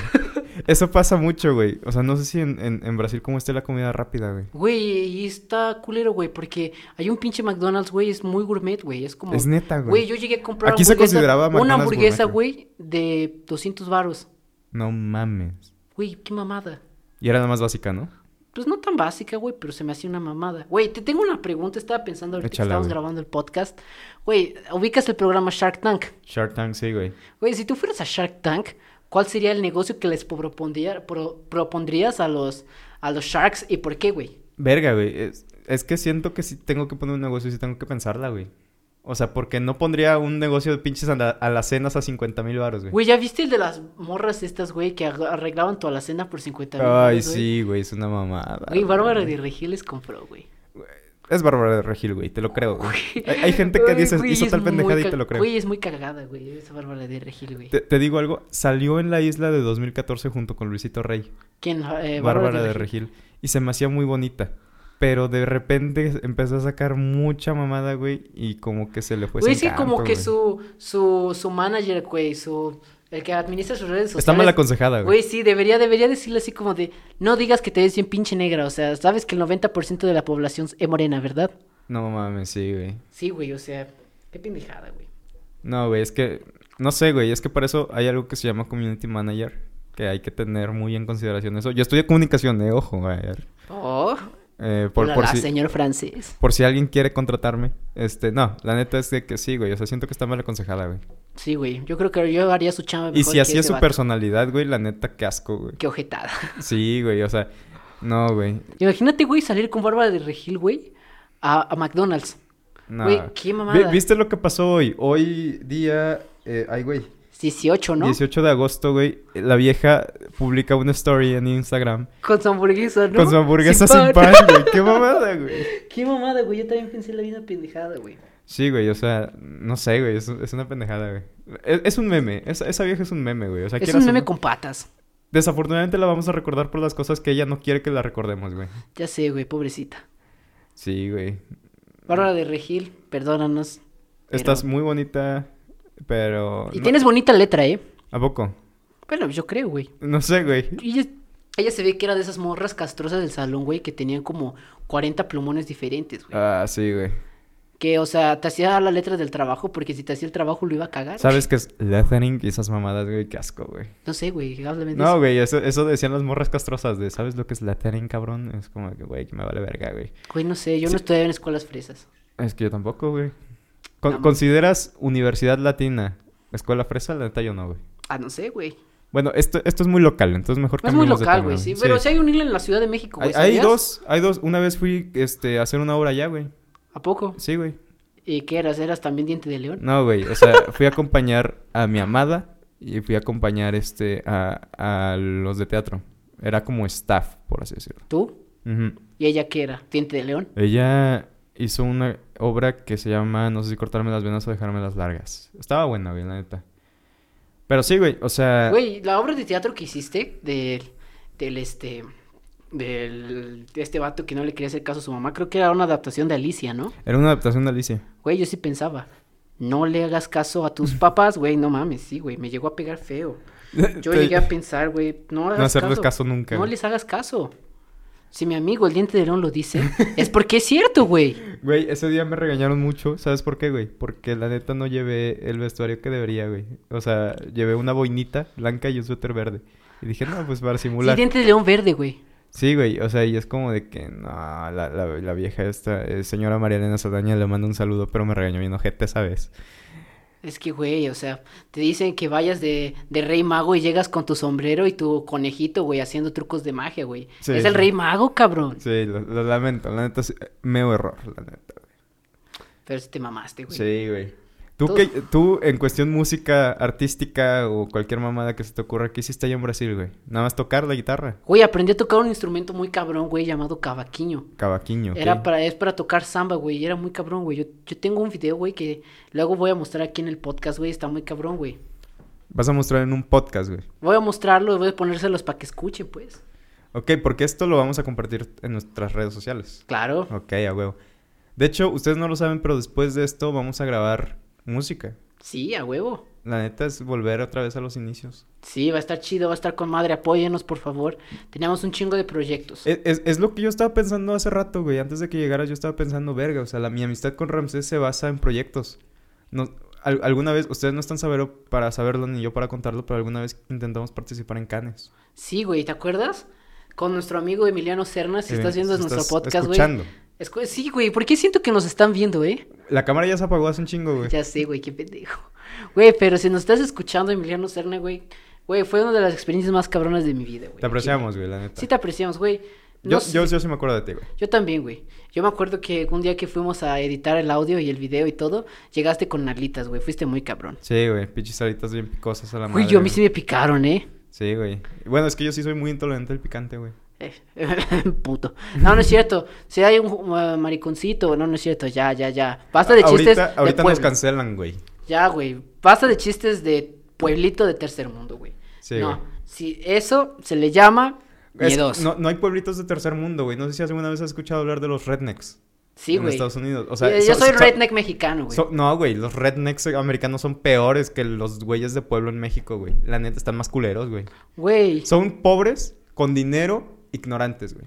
A: Eso pasa mucho, güey. O sea, no sé si en, en, en Brasil cómo esté la comida rápida, güey.
B: Güey, y está culero, güey, porque hay un pinche McDonald's, güey, es muy gourmet, güey. Es como.
A: Es neta, güey.
B: Güey, yo llegué a comprar
A: Aquí se
B: hamburguesa-
A: consideraba
B: una
A: McDonald's
B: hamburguesa,
A: gourmet,
B: güey, de 200 varos.
A: No mames.
B: Güey, qué mamada.
A: Y era la más básica, ¿no?
B: Pues no tan básica, güey, pero se me hacía una mamada. Güey, te tengo una pregunta, estaba pensando ahorita
A: Échala,
B: que estábamos
A: güey.
B: grabando el podcast. Güey, ubicas el programa Shark Tank.
A: Shark Tank, sí, güey.
B: Güey, si tú fueras a Shark Tank, ¿cuál sería el negocio que les propondría- pro- propondrías a los, a los Sharks y por qué, güey?
A: Verga, güey. Es, es que siento que si tengo que poner un negocio, sí tengo que pensarla, güey. O sea, porque no pondría un negocio de pinches ala- alacenas a 50 mil baros, güey.
B: Güey, ¿ya viste el de las morras estas, güey, que ag- arreglaban toda la cena por 50 mil?
A: Ay,
B: dólares, güey?
A: sí, güey, es una mamada.
B: Güey, Bárbara de Regil les compró, güey.
A: Es Bárbara de Regil, güey, te lo creo. güey. Hay, hay gente que
B: Ay,
A: dice,
B: güey,
A: hizo
B: es
A: tal
B: muy
A: pendejada y
B: ca-
A: te lo creo.
B: Güey, es muy cagada, güey, esa Bárbara de Regil, güey.
A: Te, te digo algo, salió en la isla de 2014 junto con Luisito Rey,
B: ¿Quién? Eh,
A: Bárbara de Regil, y se me hacía muy bonita. Pero de repente empezó a sacar mucha mamada, güey, y como que se le fue
B: Güey, es
A: ese
B: que como
A: Pues encanto,
B: que
A: güey.
B: su, su, su manager, güey, su... El que administra sus redes sociales.
A: Está mal aconsejada, güey.
B: Güey, sí, debería, debería decirle así como de, no digas que te ves bien pinche negra, o sea, sabes que el 90% de la población es morena, ¿verdad?
A: No mames, sí, güey.
B: Sí, güey, o sea, qué pendejada, güey.
A: No, güey, es que... No sé, güey, es que por eso hay algo que se llama Community Manager, que hay que tener muy en consideración eso. Yo estudié comunicación, eh, ojo, güey.
B: Oh,
A: Eh,
B: por,
A: por, por si...
B: señor francés.
A: Por si alguien quiere contratarme. Este, no, la neta es de que sí, güey. O sea, siento que está mal aconsejada, güey.
B: Sí, güey, yo creo que yo haría su chamba
A: Y
B: mejor
A: si
B: que
A: así es
B: ese
A: su
B: vato.
A: personalidad, güey, la neta, qué asco, güey.
B: Qué ojetada.
A: Sí, güey, o sea, no, güey.
B: Imagínate, güey, salir con Bárbara de Regil, güey, a, a McDonald's.
A: No.
B: Güey, qué mamada.
A: Vi- ¿Viste lo que pasó hoy? Hoy día, eh, ay, güey,
B: 18, ¿no?
A: 18 de agosto, güey, la vieja publica una story en Instagram
B: Con su hamburguesa, ¿no?
A: con su hamburguesa sin, pan, güey. Qué mamada, güey.
B: Qué mamada, güey. Yo también pensé la vida pendejada, güey.
A: Sí, güey, o sea, no sé, güey, es, es una pendejada, güey. Es, es un meme, es- esa vieja es un meme, güey. O sea,
B: Es
A: quiere
B: un
A: hacer-
B: meme con patas.
A: Desafortunadamente la vamos a recordar por las cosas que ella no quiere que la recordemos, güey.
B: Ya sé, güey, pobrecita.
A: Sí, güey.
B: Bárbara de Regil, perdónanos. Pero-
A: Estás muy bonita, pero...
B: Y
A: no-
B: tienes bonita letra, ¿eh?
A: ¿A poco?
B: Bueno, yo creo, güey.
A: No sé, güey.
B: Y Ella, ella se ve que era de esas morras castrosas del salón, güey, que tenían como 40 plumones diferentes, güey.
A: Ah, sí, güey.
B: Que, o sea, te hacía la letra del trabajo porque si te hacía el trabajo lo iba a cagar.
A: ¿Sabes qué es lettering y esas mamadas, güey? Qué asco, güey.
B: No sé, güey, háblame de eso.
A: No, güey, eso, eso decían las morras castrosas de, ¿sabes lo que es lettering, cabrón? Es como que, güey, que me vale verga, güey.
B: Güey, no sé, yo
A: Sí.
B: no estudié en escuelas fresas.
A: Es que yo tampoco, güey. Con-
B: No.
A: ¿Consideras universidad latina escuela fresa? La neta yo no, güey.
B: Ah, no sé, güey.
A: Bueno, esto, esto es muy local, entonces mejor
B: Es muy
A: cambiemos de
B: local,
A: tema,
B: güey, sí. Pero si hay un hilo en la Ciudad de México,
A: Hay,
B: güey.
A: hay
B: ¿sabías?
A: dos, hay dos. Una vez fui este, a hacer una obra allá, güey.
B: ¿A poco?
A: Sí, güey.
B: ¿Y qué eras? ¿Eras también diente de león?
A: No, güey. O sea, fui a acompañar a mi amada y fui a acompañar este, a, a los de teatro. Era como staff, por así decirlo.
B: ¿Tú?
A: Ujú.
B: ¿Y ella qué era? ¿Diente de león?
A: Ella hizo una obra que se llama No sé si cortarme las venas o dejarme las largas. Estaba buena, güey, la neta. Pero sí, güey. O sea,
B: Güey, la obra de teatro que hiciste del, del este, del, de este vato que no le quería hacer caso a su mamá, creo que era una adaptación de Alicia, ¿no?
A: era una adaptación de Alicia.
B: Güey, yo sí pensaba, no le hagas caso a tus papás, güey, no mames, sí, güey, me llegó a pegar feo. Yo llegué a pensar, güey, no hagas
A: No hacerles caso nunca.
B: No
A: güey.
B: les hagas caso. Si mi amigo el diente de león lo dice, es porque es cierto, güey.
A: Güey, ese día me regañaron mucho. ¿Sabes por qué, güey? Porque la neta no llevé el vestuario que debería, güey. O sea, llevé una boinita blanca y un suéter verde. Y dije, no, pues para
B: Sí,
A: simular. Sí,
B: diente de león verde, güey.
A: güey. O sea, y es como de que, no, la, la, la vieja esta, eh, señora María Elena Saldaña, le mando un saludo, pero me regañó bien ojete esa vez.
B: Es que, güey, o sea, te dicen que vayas de, de rey mago y llegas con tu sombrero y tu conejito, güey, haciendo trucos de magia, güey.
A: Sí.
B: Es el rey mago, cabrón.
A: Sí, lo, lo lamento. La neta, sí, eh, meo error, la neta.
B: Pero sí te mamaste, güey.
A: Sí, güey. ¿Tú,
B: Todo-
A: qué, tú, en cuestión música, artística o cualquier mamada que se te ocurra, ¿qué hiciste allá en Brasil, güey? Nada más tocar la guitarra.
B: Güey, aprendí a tocar un instrumento muy cabrón, güey, llamado cavaquinho.
A: Cavaquinho. ¿ok?
B: Era para, es para tocar samba, güey, y era muy cabrón, güey. Yo, yo tengo un video, güey, que luego voy a mostrar aquí en el podcast, güey, está muy cabrón, güey.
A: Vas a mostrar en un podcast, güey.
B: Voy a mostrarlo, voy a ponérselos para que escuchen, pues.
A: Ok, porque esto lo vamos a compartir en nuestras redes sociales.
B: Claro.
A: Ok, a huevo. De hecho, ustedes no lo saben, pero después de esto vamos a grabar música.
B: Sí, a huevo.
A: La neta es volver otra vez a los inicios.
B: Sí, va a estar chido, va a estar con madre, apóyenos, por favor. Tenemos un chingo de proyectos.
A: Es, es- es lo que yo estaba pensando hace rato, güey. Antes de que llegara yo estaba pensando, verga, o sea, la, mi amistad con Ramsés se basa en proyectos. No- al- alguna vez, ustedes no están sabero- para saberlo ni yo para contarlo, pero alguna vez intentamos participar en Canes.
B: Sí, güey, ¿te acuerdas? Con nuestro amigo Emiliano Cernas, si
A: Eh,
B: estás viendo
A: si
B: nuestro
A: estás
B: podcast, güey.
A: escuchando.
B: Escu- Sí, güey, ¿por qué siento que nos están viendo, eh?
A: La cámara ya se apagó hace un chingo, güey.
B: Ya sé, güey, qué pendejo. Güey, pero si nos estás escuchando, Emiliano Cernas, güey, güey, fue una de las experiencias más cabronas de mi vida, güey.
A: Te apreciamos, güey, la neta.
B: Sí, te apreciamos, güey. No
A: yo,
B: sé-
A: yo, yo sí me acuerdo de ti, güey.
B: Yo también, güey. Yo me acuerdo que un día que fuimos a editar el audio y el video y todo, llegaste con alitas, güey. Fuiste muy cabrón.
A: Sí, güey, pinches alitas bien picosas a la madre.
B: Güey, yo a mí
A: güey.
B: sí me picaron, ¿eh?
A: Sí, güey. Bueno, es que yo sí soy muy intolerante al picante, güey.
B: Eh, Puto. No, no es cierto. Si hay un uh, mariconcito, no, no es cierto. Ya, ya, ya. Basta de
A: ahorita
B: chistes. de
A: ahorita nos
B: pueblo.
A: cancelan, güey.
B: Ya, güey. Basta de chistes de pueblito de tercer mundo, güey.
A: Sí,
B: no.
A: güey.
B: Si eso se le llama
A: Es-
B: miedos.
A: no, no hay pueblitos de tercer mundo, güey. No sé si alguna vez has escuchado hablar de los rednecks
B: sí,
A: en
B: güey.
A: Estados Unidos. O sea,
B: Eh, yo
A: so-
B: soy
A: so-
B: redneck mexicano, güey.
A: so- no, güey, los rednecks americanos son peores que los güeyes de pueblo en México, güey. La neta, están más culeros, güey.
B: Güey.
A: Son pobres, con dinero, ignorantes, güey.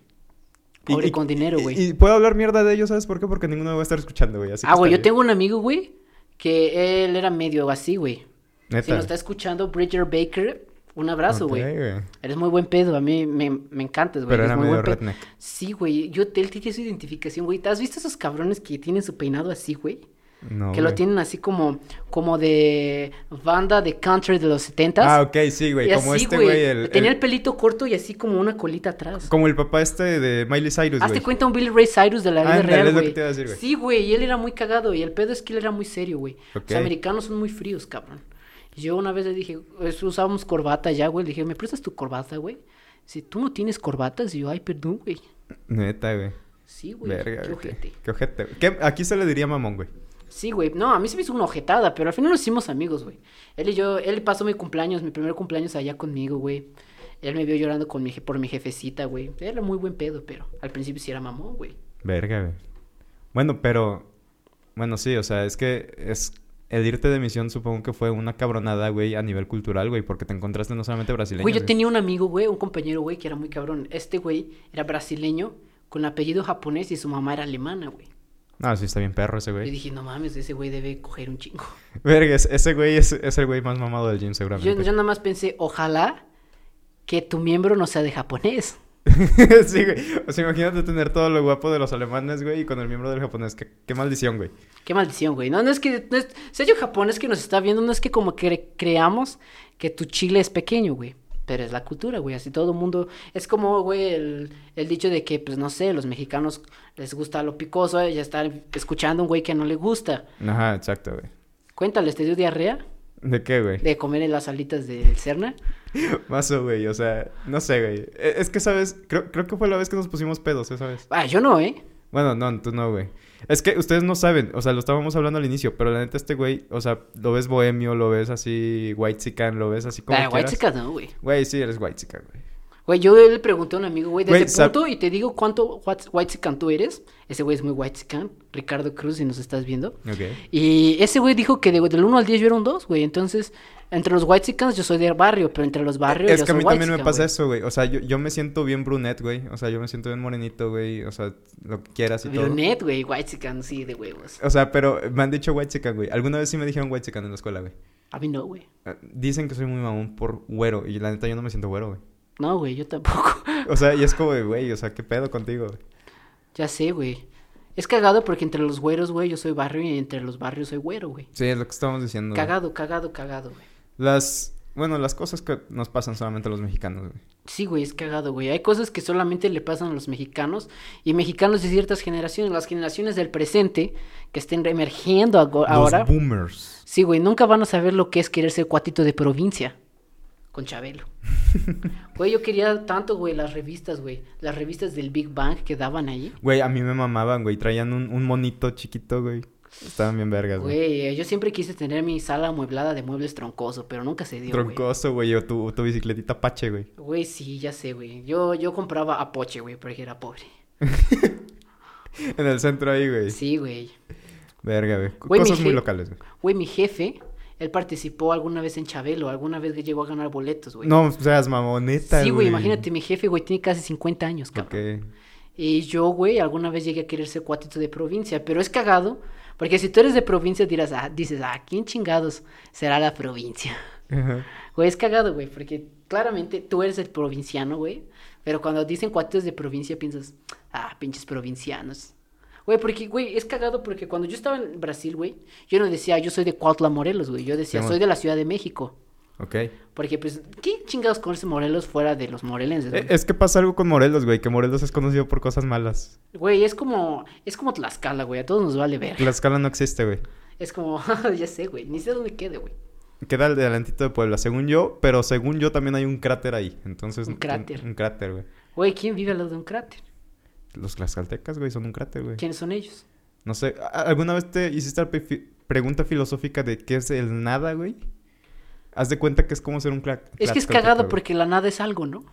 A: Y-
B: Pobre
A: y-
B: con dinero,
A: y-
B: güey.
A: Y, puedo hablar mierda de ellos, ¿sabes por qué? Porque ninguno me va a estar escuchando, güey. así que
B: Ah, güey,
A: está bien.
B: yo tengo un amigo, güey, que él era medio así, güey.
A: Neta.
B: Si nos está escuchando Bridger Baker, un abrazo,
A: Ok,
B: güey. Eres muy buen pedo, a mí me, me encantas, güey.
A: Pero
B: eres
A: era
B: muy
A: medio
B: buen pedo.
A: redneck.
B: Sí, güey, yo, él tiene su identificación, güey. ¿Te has visto esos cabrones que tienen su peinado así, güey?
A: No,
B: que lo
A: güey.
B: tienen así como, como de banda de country de los setentas.
A: Ah, ok, sí, güey.
B: y
A: Como
B: así,
A: este, güey. el-
B: Tenía el...
A: el-
B: pelito corto y así como una colita atrás.
A: Como el papá este de Miley Cyrus,
B: Hazte
A: güey.
B: cuenta un Billy Ray Cyrus de la vida
A: Ándale,
B: real,
A: es lo que
B: güey.
A: te iba a decir, güey.
B: Sí, güey, y él era muy cagado y el pedo es que él era muy serio, güey.
A: Ok.
B: Los americanos son muy fríos, cabrón. Y Yo una vez le dije, es- usábamos corbata ya, güey, le dije, ¿me prestas tu corbata, güey? Si tú no tienes corbatas, y yo, ay, perdón, güey.
A: Neta, güey.
B: Sí, güey,
A: Verga,
B: qué
A: güey. Qué
B: ojete.
A: qué ojete. güey. ¿Qué- Aquí se le diría mamón, güey.
B: Sí, güey, no, a mí se me hizo una ojetada, pero al final nos hicimos amigos, güey. Él y yo, él pasó mi cumpleaños, mi primer cumpleaños allá conmigo, güey. Él me vio llorando con mi, je- por mi jefecita, güey. Era muy buen pedo, pero al principio sí era mamón, güey.
A: Verga, güey. Bueno, pero. Bueno, sí, o sea, es que es. El irte de misión supongo que fue una cabronada, güey, a nivel cultural, güey, porque te encontraste no solamente brasileños.
B: Güey, yo tenía un amigo, güey, un compañero, güey, que era muy cabrón. Este güey era brasileño con apellido japonés y su mamá era alemana, güey.
A: No, sí, está bien perro ese
B: Yo
A: güey.
B: dije, no mames, ese güey debe coger un chingo.
A: Verga, es- ese güey es, es el güey más mamado del gym,
B: Yo,
A: seguramente.
B: yo nada más pensé, ojalá que tu miembro no sea de japonés.
A: sí, güey. O sea, imagínate tener todo lo guapo de los alemanes, güey, y con el miembro del japonés. Qué, qué maldición, güey.
B: Qué maldición, güey. No, no es que. No es, sello japonés que nos está viendo, no es que como que creamos que tu chile es pequeño, güey. Pero es la cultura, güey. Así todo el mundo. Es como, güey, el, el dicho de que, pues no sé, los mexicanos les gusta lo picoso, eh, ya están escuchando a un güey que no le gusta.
A: Ajá, exacto, güey.
B: Cuéntales, ¿te dio diarrea
A: ¿De qué, güey?
B: de comer en las alitas del Cerna?
A: Mazo, güey, o sea, no sé, güey. E- Es que, ¿sabes? Creo, creo que fue la vez que nos pusimos pedos, esa vez.
B: Ah, yo no, ¿eh?
A: Bueno, no, tú no, güey. Es que ustedes no saben, o sea, lo estábamos hablando al inicio, pero la neta este güey, o sea, lo ves bohemio, lo ey así white chican, lo ves así como
B: Ah, güey,
A: quieras.
B: chicas, no, güey.
A: Güey, sí, eres white chican, güey.
B: Güey, yo le pregunté a un amigo, güey,
A: Güey,
B: desde
A: sab-
B: punto y te digo cuánto white tú eres. Ese güey es muy white Ricardo Cruz, si nos estás viendo.
A: Ok.
B: Y ese güey dijo que de- del 1 al 10 yo era un 2, güey. Entonces, entre los white yo soy de barrio, pero entre los barrios
A: Es
B: yo
A: que a
B: soy
A: mí también me
B: whitexican,
A: pasa
B: güey.
A: eso, güey. O sea, yo, yo me siento bien brunette, güey. O sea, yo me siento bien morenito, güey. O sea, lo que quieras y todo.
B: Brunette, güey, white sí, de huevos.
A: O sea, pero me han dicho white chican, güey. Alguna vez sí me dijeron white chican en la escuela, güey.
B: A mí no, güey.
A: Eh, Dicen que soy muy mamón por güero. Y la neta, yo no me siento güero, güey.
B: No, güey, yo tampoco.
A: O sea, y es como, de, güey, o sea, ¿qué pedo contigo? güey?
B: ya sé, güey. Es cagado porque entre los güeros, güey, yo soy barrio y entre los barrios soy güero, güey.
A: Sí, es lo que estábamos diciendo. güey.
B: Cagado, cagado, cagado, güey.
A: Las, bueno, las cosas que nos pasan solamente a los mexicanos, güey.
B: Sí, güey, es cagado, güey. Hay cosas que solamente le pasan a los mexicanos y mexicanos de ciertas generaciones, las generaciones del presente que estén emergiendo ago- ahora.
A: Los boomers.
B: Sí, güey, nunca van a saber lo que es querer ser cuatito de provincia con Chabelo. güey, yo quería tanto, güey, las revistas, güey. Las revistas del Big Bang que daban ahí.
A: Güey, a mí me mamaban, güey. Traían un, un monito chiquito, güey. Estaban bien vergas, güey.
B: Güey, eh, yo siempre quise tener mi sala amueblada de muebles troncoso, pero nunca se dio, güey.
A: Troncoso, güey. O tu, o tu bicicletita Apache, güey.
B: Güey, sí, ya sé, güey. Yo, yo compraba apoche, güey, porque era pobre.
A: En el centro ahí, güey.
B: Sí, güey.
A: Verga, güey.
B: Güey, mi
A: Cosas muy
B: je-
A: locales, güey.
B: Güey, mi jefe, él participó alguna vez en Chabelo, alguna vez que llegó a ganar boletos, güey.
A: No seas mamoneta, güey.
B: sí, güey, imagínate, mi jefe, güey, tiene casi 50 años, cabrón.
A: Ok.
B: Y yo, güey, alguna vez llegué a querer ser cuatito de provincia, pero es cagado, porque si tú eres de provincia dirás, ah, dices, ah, ¿quién chingados será la provincia?
A: Ajá.
B: Güey, es cagado, güey, porque claramente tú eres el provinciano, güey, pero cuando dicen cuatitos de provincia piensas, ah, pinches provincianos. Güey, porque, güey, es cagado porque cuando yo estaba en Brasil, güey, yo no decía, yo soy de Cuautla, Morelos, güey, yo decía,
A: Simón.
B: soy de la Ciudad de México.
A: Ok. Eh,
B: Porque, pues, ¿qué chingados conoce Morelos fuera de los morelenses? güey?
A: E, Es que pasa algo con Morelos, güey. Que Morelos es conocido por cosas malas.
B: Güey, es como, es como Tlaxcala, güey, a todos nos vale ver.
A: Tlaxcala no existe, güey.
B: Es como, ya sé, güey, ni sé dónde quede, güey.
A: Queda al delantito de Puebla, según yo, pero según yo también hay un cráter ahí. Entonces,
B: Un cráter.
A: Un, un cráter, güey.
B: Güey, ¿quién vive al lado de un cráter?
A: Los tlaxcaltecas, güey, son un cráter, güey.
B: ¿Quiénes son ellos?
A: No sé, ¿a- ¿alguna vez te hiciste la pe- fi- pregunta filosófica de qué es el nada, güey? Haz de cuenta que es como ser un cla-
B: Es que es
A: tlaxcalteca,
B: cagado
A: güey.
B: porque la nada es algo, ¿no?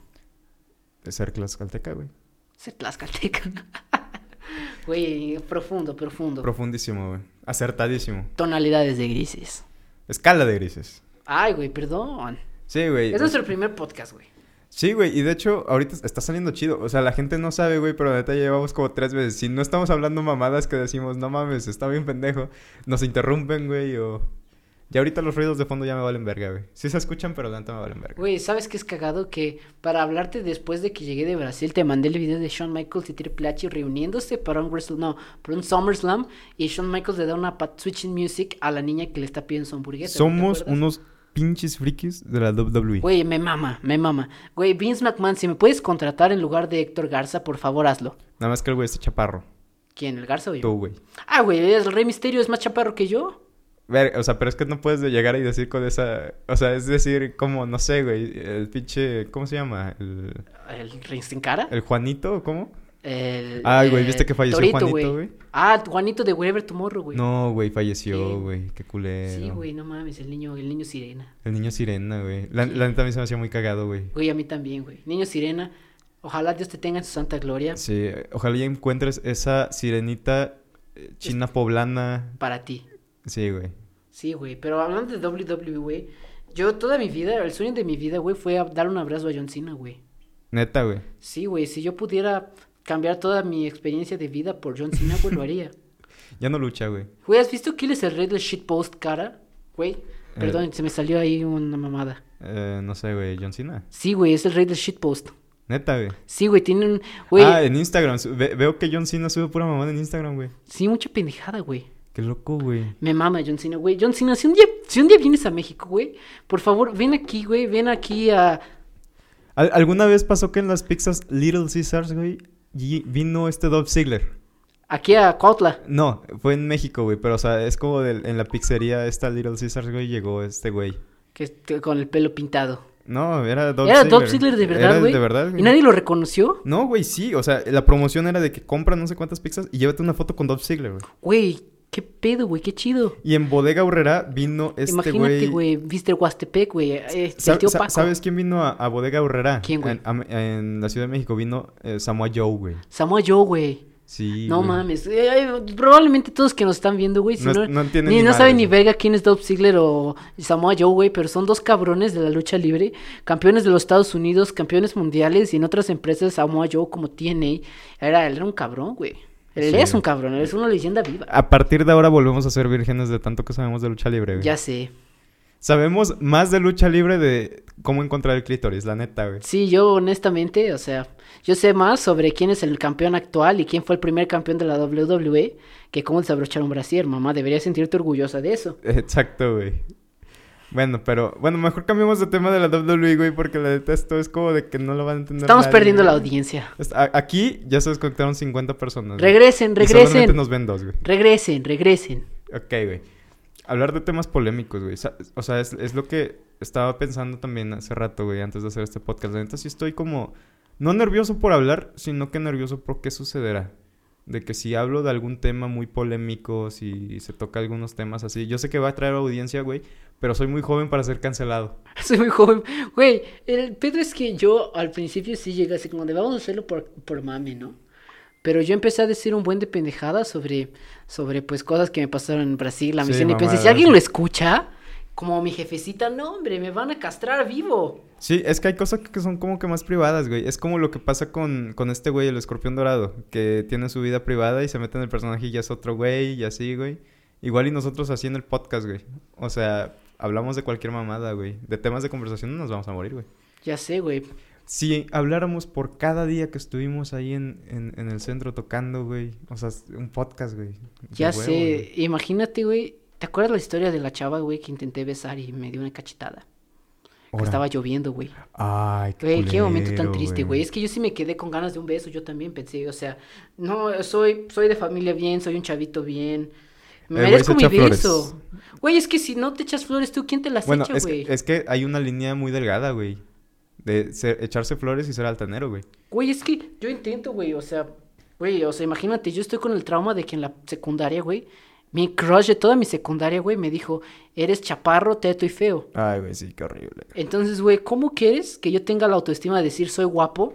A: Ser tlaxcalteca, güey.
B: Ser tlaxcalteca. Güey, profundo, profundo.
A: Profundísimo, güey. Acertadísimo.
B: Tonalidades de grises.
A: Escala de grises.
B: Ay, güey, perdón.
A: Sí, pues. güey.
B: Es nuestro primer podcast, güey.
A: Sí, güey, y de hecho, ahorita está saliendo chido. O sea, la gente no sabe, güey, pero neta ya llevamos como tres veces. Si no estamos hablando mamadas que decimos, no mames, está bien pendejo, nos interrumpen, güey, o. Ya ahorita los ruidos de fondo ya me valen verga, güey. Sí se escuchan, pero la neta me valen verga.
B: Güey, ¿sabes qué es cagado? Que para hablarte después de que llegué de Brasil, te mandé el video de Shawn Michaels y Triple H reuniéndose para un Wrestle, no, para un SummerSlam. Y Shawn Michaels le da una pat switching music a la niña que le está pidiendo su hamburguesa. ¿no te
A: Somos
B: acuerdas?
A: unos pinches frikis de la E. WWE.
B: Güey, me mama, me mama. Güey, Vince McMahon, si me puedes contratar en lugar de Héctor Garza, por favor hazlo.
A: Nada más que el güey está chaparro.
B: ¿Quién, el Garza o yo?
A: Tú, güey.
B: Ah, güey, el Rey Misterio es más chaparro que yo.
A: Ver, o sea, pero es que no puedes llegar y decir con esa. O sea, es decir, como, no sé, güey, el pinche. ¿Cómo se llama? El,
B: ¿El Rey sin cara?
A: el Juanito, ¿o ¿cómo?
B: El,
A: Ay, güey,
B: eh,
A: ¿viste que falleció Juanito, güey?
B: Ah, Juanito de Wherever Tomorrow, güey.
A: No, güey,
B: Sí.
A: falleció, güey. Qué culero.
B: Sí, güey, no mames, el niño, el niño sirena.
A: El niño sirena, güey. La, la neta a mí se me hacía muy cagado, güey.
B: Güey, a mí también, güey. Niño sirena, ojalá Dios te tenga en su santa gloria
A: Sí, eh, ojalá ya encuentres esa sirenita eh, china poblana.
B: para ti.
A: Sí, güey.
B: Sí, güey, pero hablando de WWE, güey, yo toda mi vida, el sueño de mi vida, güey, fue a- dar un abrazo a John Cena, güey.
A: Neta, güey.
B: Sí, güey, si yo pudiera cambiar toda mi experiencia de vida por John Cena, güey, lo haría.
A: Ya no lucha, güey.
B: Güey, ¿has visto que él es el rey del shitpost, cara? Güey, perdón, se me salió ahí una mamada.
A: Eh, no sé, güey. John Cena.
B: Sí, güey, es el rey del shitpost.
A: Neta, güey.
B: Sí, güey, tiene un... Güey,
A: Ah, en Instagram. su- ve- veo que John Cena sube pura mamada en Instagram, güey.
B: sí, mucha pendejada, güey.
A: Qué loco, güey.
B: Me mama John Cena, güey. John Cena, si un día, si un día vienes a México, güey, por favor, ven aquí, güey, ven aquí a...
A: ¿Al- ¿Alguna vez pasó que en las pizzas Little Caesars, güey, y- vino este Dolph Ziggler?
B: Aquí a Cuautla.
A: No, fue en México, güey. Pero, o sea, es como del- en la pizzería esta Little Caesars, güey, llegó este güey.
B: Que est- con el pelo pintado.
A: No, era Dolph
B: Era
A: Ziggler.
B: Dolph Ziggler de verdad,
A: Era
B: güey.
A: de verdad, güey.
B: Y nadie lo reconoció.
A: No, güey, sí. O sea, la promoción era de que compra no sé cuántas pizzas y llévate una foto con Dolph Ziggler, güey.
B: Güey, qué pedo, güey, qué chido.
A: Y en Bodega Aurrera vino este
B: Imagínate,
A: güey...
B: güey, viste el Huastepec, güey. eh,
A: Sa-
B: el tío
A: sa-
B: Paco.
A: ¿Sabes quién vino a, a Bodega Aurrera?
B: ¿Quién, güey?
A: En, a- en la Ciudad de México vino eh, Samoa Joe, güey.
B: Samoa Joe, güey.
A: Sí,
B: No
A: güey.
B: mames. Eh, eh, probablemente todos que nos están viendo, güey, si
A: No es-
B: no,
A: no entienden
B: ni,
A: ni
B: no
A: madres,
B: saben ni
A: güey.
B: verga quién es Dolph Ziggler o Samoa Joe, güey, pero son dos cabrones de la lucha libre, campeones de los Estados Unidos, campeones mundiales y en otras empresas Samoa Joe como TNA era él era un cabrón, güey. Él
A: Sí.
B: es un cabrón, él es una leyenda viva.
A: A partir de ahora volvemos a ser vírgenes de tanto que sabemos de lucha libre, güey.
B: Ya sé.
A: Sabemos más de lucha libre de cómo encontrar el clítoris, la neta, güey.
B: Sí, yo honestamente, o sea, yo sé más sobre quién es el campeón actual y quién fue el primer campeón de la WWE que cómo desabrochar un brasier, mamá, deberías sentirte orgullosa de eso.
A: Exacto, güey. Bueno, pero... Bueno, mejor cambiemos de tema de la WWE, güey, porque la neta esto es como de que no lo van a entender
B: Estamos
A: nadie,
B: perdiendo la
A: güey.
B: audiencia.
A: Est- a- Aquí ya se desconectaron 50 personas. güey.
B: Regresen,
A: Y solamente
B: regresen.
A: nos ven dos, güey.
B: Regresen, regresen.
A: Ok, güey. Hablar de temas polémicos, güey. Sa- O sea, es, es lo que estaba pensando también hace rato, güey, antes de hacer este podcast. La neta sí estoy como... No nervioso por hablar, sino que nervioso por qué sucederá. De que si hablo de algún tema muy polémico, si se toca algunos temas así. Yo sé que va a traer audiencia, güey, pero soy muy joven para ser cancelado.
B: Soy muy joven. Güey, el pedo es que yo al principio sí llegué así como de vamos a hacerlo por, por mame, ¿no? Pero yo empecé a decir un buen de pendejadas sobre, sobre pues cosas que me pasaron en Brasil, la
A: Sí,
B: misión. y pensé,
A: mamadas.
B: si alguien lo escucha, como mi jefecita, no, hombre, me van a castrar vivo.
A: Sí, es que hay cosas que son como que más privadas, güey. Es como lo que pasa con, con este güey, el escorpión dorado, que tiene su vida privada y se mete en el personaje y ya es otro güey y así, güey. Igual y nosotros así en el podcast, güey. O sea, hablamos de cualquier mamada, güey. De temas de conversación no nos vamos a morir, güey.
B: Ya sé, güey.
A: Si habláramos por cada día que estuvimos ahí en, en, en el centro tocando, güey. O sea, es un podcast, güey. De
B: Ya
A: huevo,
B: sé.
A: güey.
B: Imagínate, güey. ¿Te acuerdas la historia de la chava, güey, que intenté besar y me dio una cachetada? Que
A: Ahora.
B: estaba lloviendo, güey.
A: Ay, qué,
B: Güey, qué momento tan
A: culero,
B: triste, güey. Es que yo sí me quedé con ganas de un beso, yo también pensé, o sea, no, soy, soy de familia bien, soy un chavito bien. Me
A: Eh, güey, se
B: merezco
A: echa
B: mi
A: flores.
B: beso. Güey, es que si no te echas flores, ¿tú quién te las
A: Bueno,
B: echa,
A: es,
B: güey?
A: es que hay una línea muy delgada, güey. De ser- echarse flores y ser altanero, güey.
B: Güey, es que yo intento, güey, o sea, güey, o sea, imagínate, yo estoy con el trauma de que en la secundaria, güey, mi crush de toda mi secundaria, güey, me dijo, eres chaparro, teto y feo.
A: Ay, güey, sí, qué horrible.
B: Entonces, güey, ¿cómo quieres que yo tenga la autoestima de decir soy guapo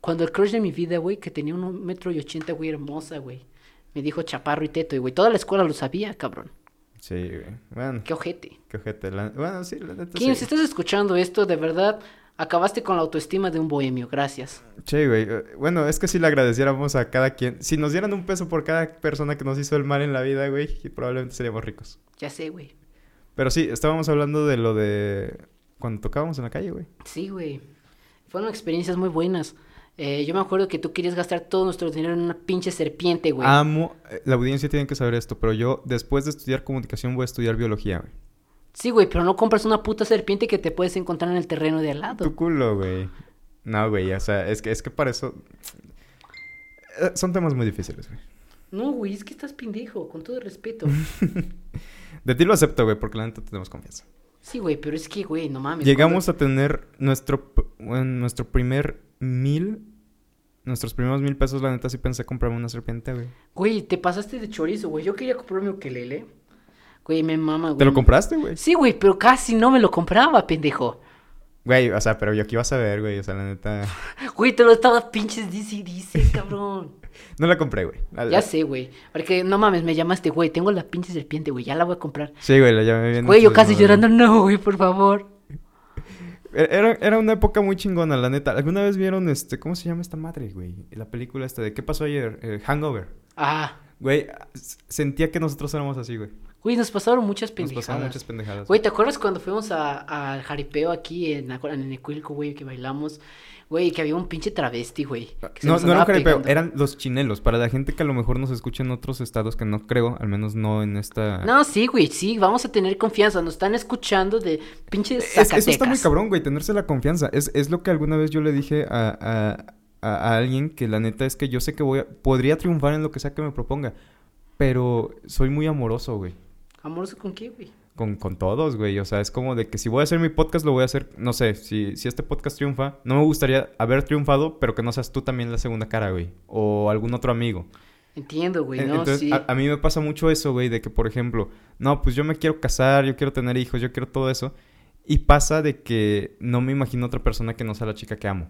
B: cuando el crush de mi vida, güey, que tenía un metro y ochenta, güey, hermosa, güey, me dijo chaparro y teto y, güey, toda la escuela lo sabía, cabrón.
A: Sí, güey. Bueno,
B: Qué ojete.
A: qué ojete. la- Bueno, sí, la neta
B: Kim,
A: Pues sí.
B: si estás escuchando esto, de verdad, acabaste con la autoestima de un bohemio, gracias.
A: Che, güey. eh, Bueno, es que si le agradeciéramos a cada quien. Si nos dieran un peso por cada persona que nos hizo el mal en la vida, güey, probablemente seríamos ricos.
B: Ya sé, güey.
A: Pero sí, estábamos hablando de lo de cuando tocábamos en la calle, güey.
B: Sí, güey. Fueron experiencias muy buenas. Eh, yo me acuerdo que tú querías gastar todo nuestro dinero en una pinche serpiente, güey.
A: Amo, eh, la audiencia tiene que saber esto, pero yo después de estudiar comunicación voy a estudiar biología, güey.
B: Sí, güey, pero no compras una puta serpiente que te puedes encontrar en el terreno de al lado.
A: Tu culo, güey. No, güey, o sea, es que, es que para eso... Eh, Son temas muy difíciles, güey.
B: No, güey, es que estás pendejo, con todo respeto.
A: De ti lo acepto, güey, porque la neta tenemos confianza.
B: Sí, güey, pero es que, güey, no mames.
A: Llegamos a tener nuestro, p- bueno, nuestro primer mil... Nuestros primeros mil pesos, la neta, sí pensé comprarme una serpiente, güey.
B: cuando- Güey, te pasaste de chorizo, güey. Yo quería comprarme un ukelele. Güey, me mama, güey.
A: ¿Te lo compraste, güey?
B: Sí, güey, pero casi no me lo compraba, pendejo.
A: Güey, o sea, pero yo qué iba a saber, güey, o sea, la neta...
B: Güey, te lo estaba pinches dice y dice, cabrón.
A: No la compré, güey. La-
B: Ya sé, güey. Porque no mames, me llamaste, güey. Tengo la pinche serpiente, güey. Ya la voy a comprar.
A: Sí, güey, la llamé bien.
B: Güey, yo
A: entusiasmado,
B: casi
A: güey.
B: llorando. No, güey, por favor.
A: E, Era, era una época muy chingona, la neta. ¿Alguna vez vieron este, cómo se llama esta madre, güey? La película esta de ¿Qué pasó ayer? Eh, Hangover.
B: Ah,
A: Güey, s- sentía que nosotros éramos así, güey.
B: güey, nos pasaron muchas
A: Nos
B: pendejadas.
A: pasaban muchas pendejadas.
B: Güey, ¿te acuerdas cuando fuimos a- al jaripeo aquí en, Acu- en Enecuilco, güey, que bailamos? Güey, que había un pinche travesti, güey. que se
A: Ah, No,
B: nos
A: no era un
B: andaba
A: jaripeo, eh.
B: pegando.
A: eran los chinelos. Para la gente que a lo mejor nos escucha en otros estados, que no creo, al menos no en esta...
B: No, sí, güey, sí, vamos a tener confianza. Nos están escuchando de pinche
A: Es-
B: Zacatecas.
A: eso está muy cabrón, güey, tenerse la confianza. Es, es lo que alguna vez yo le dije a, a- a- a alguien que la neta es que yo sé que voy a- podría triunfar en lo que sea que me proponga, pero soy muy amoroso, güey.
B: ¿Amoroso con qué, güey?
A: Con, con todos, güey. O sea, es como de que si voy a hacer mi podcast, lo voy a hacer, no sé, si, si este podcast triunfa, no me gustaría haber triunfado, pero que no seas tú también la segunda cara, güey. O algún otro amigo.
B: Entiendo, güey,
A: En-
B: no,
A: Entonces,
B: sí.
A: a, a mí me pasa mucho eso, güey, de que, por ejemplo, no, pues yo me quiero casar, yo quiero tener hijos, yo quiero todo eso. Y pasa de que no me imagino otra persona que no sea la chica que amo.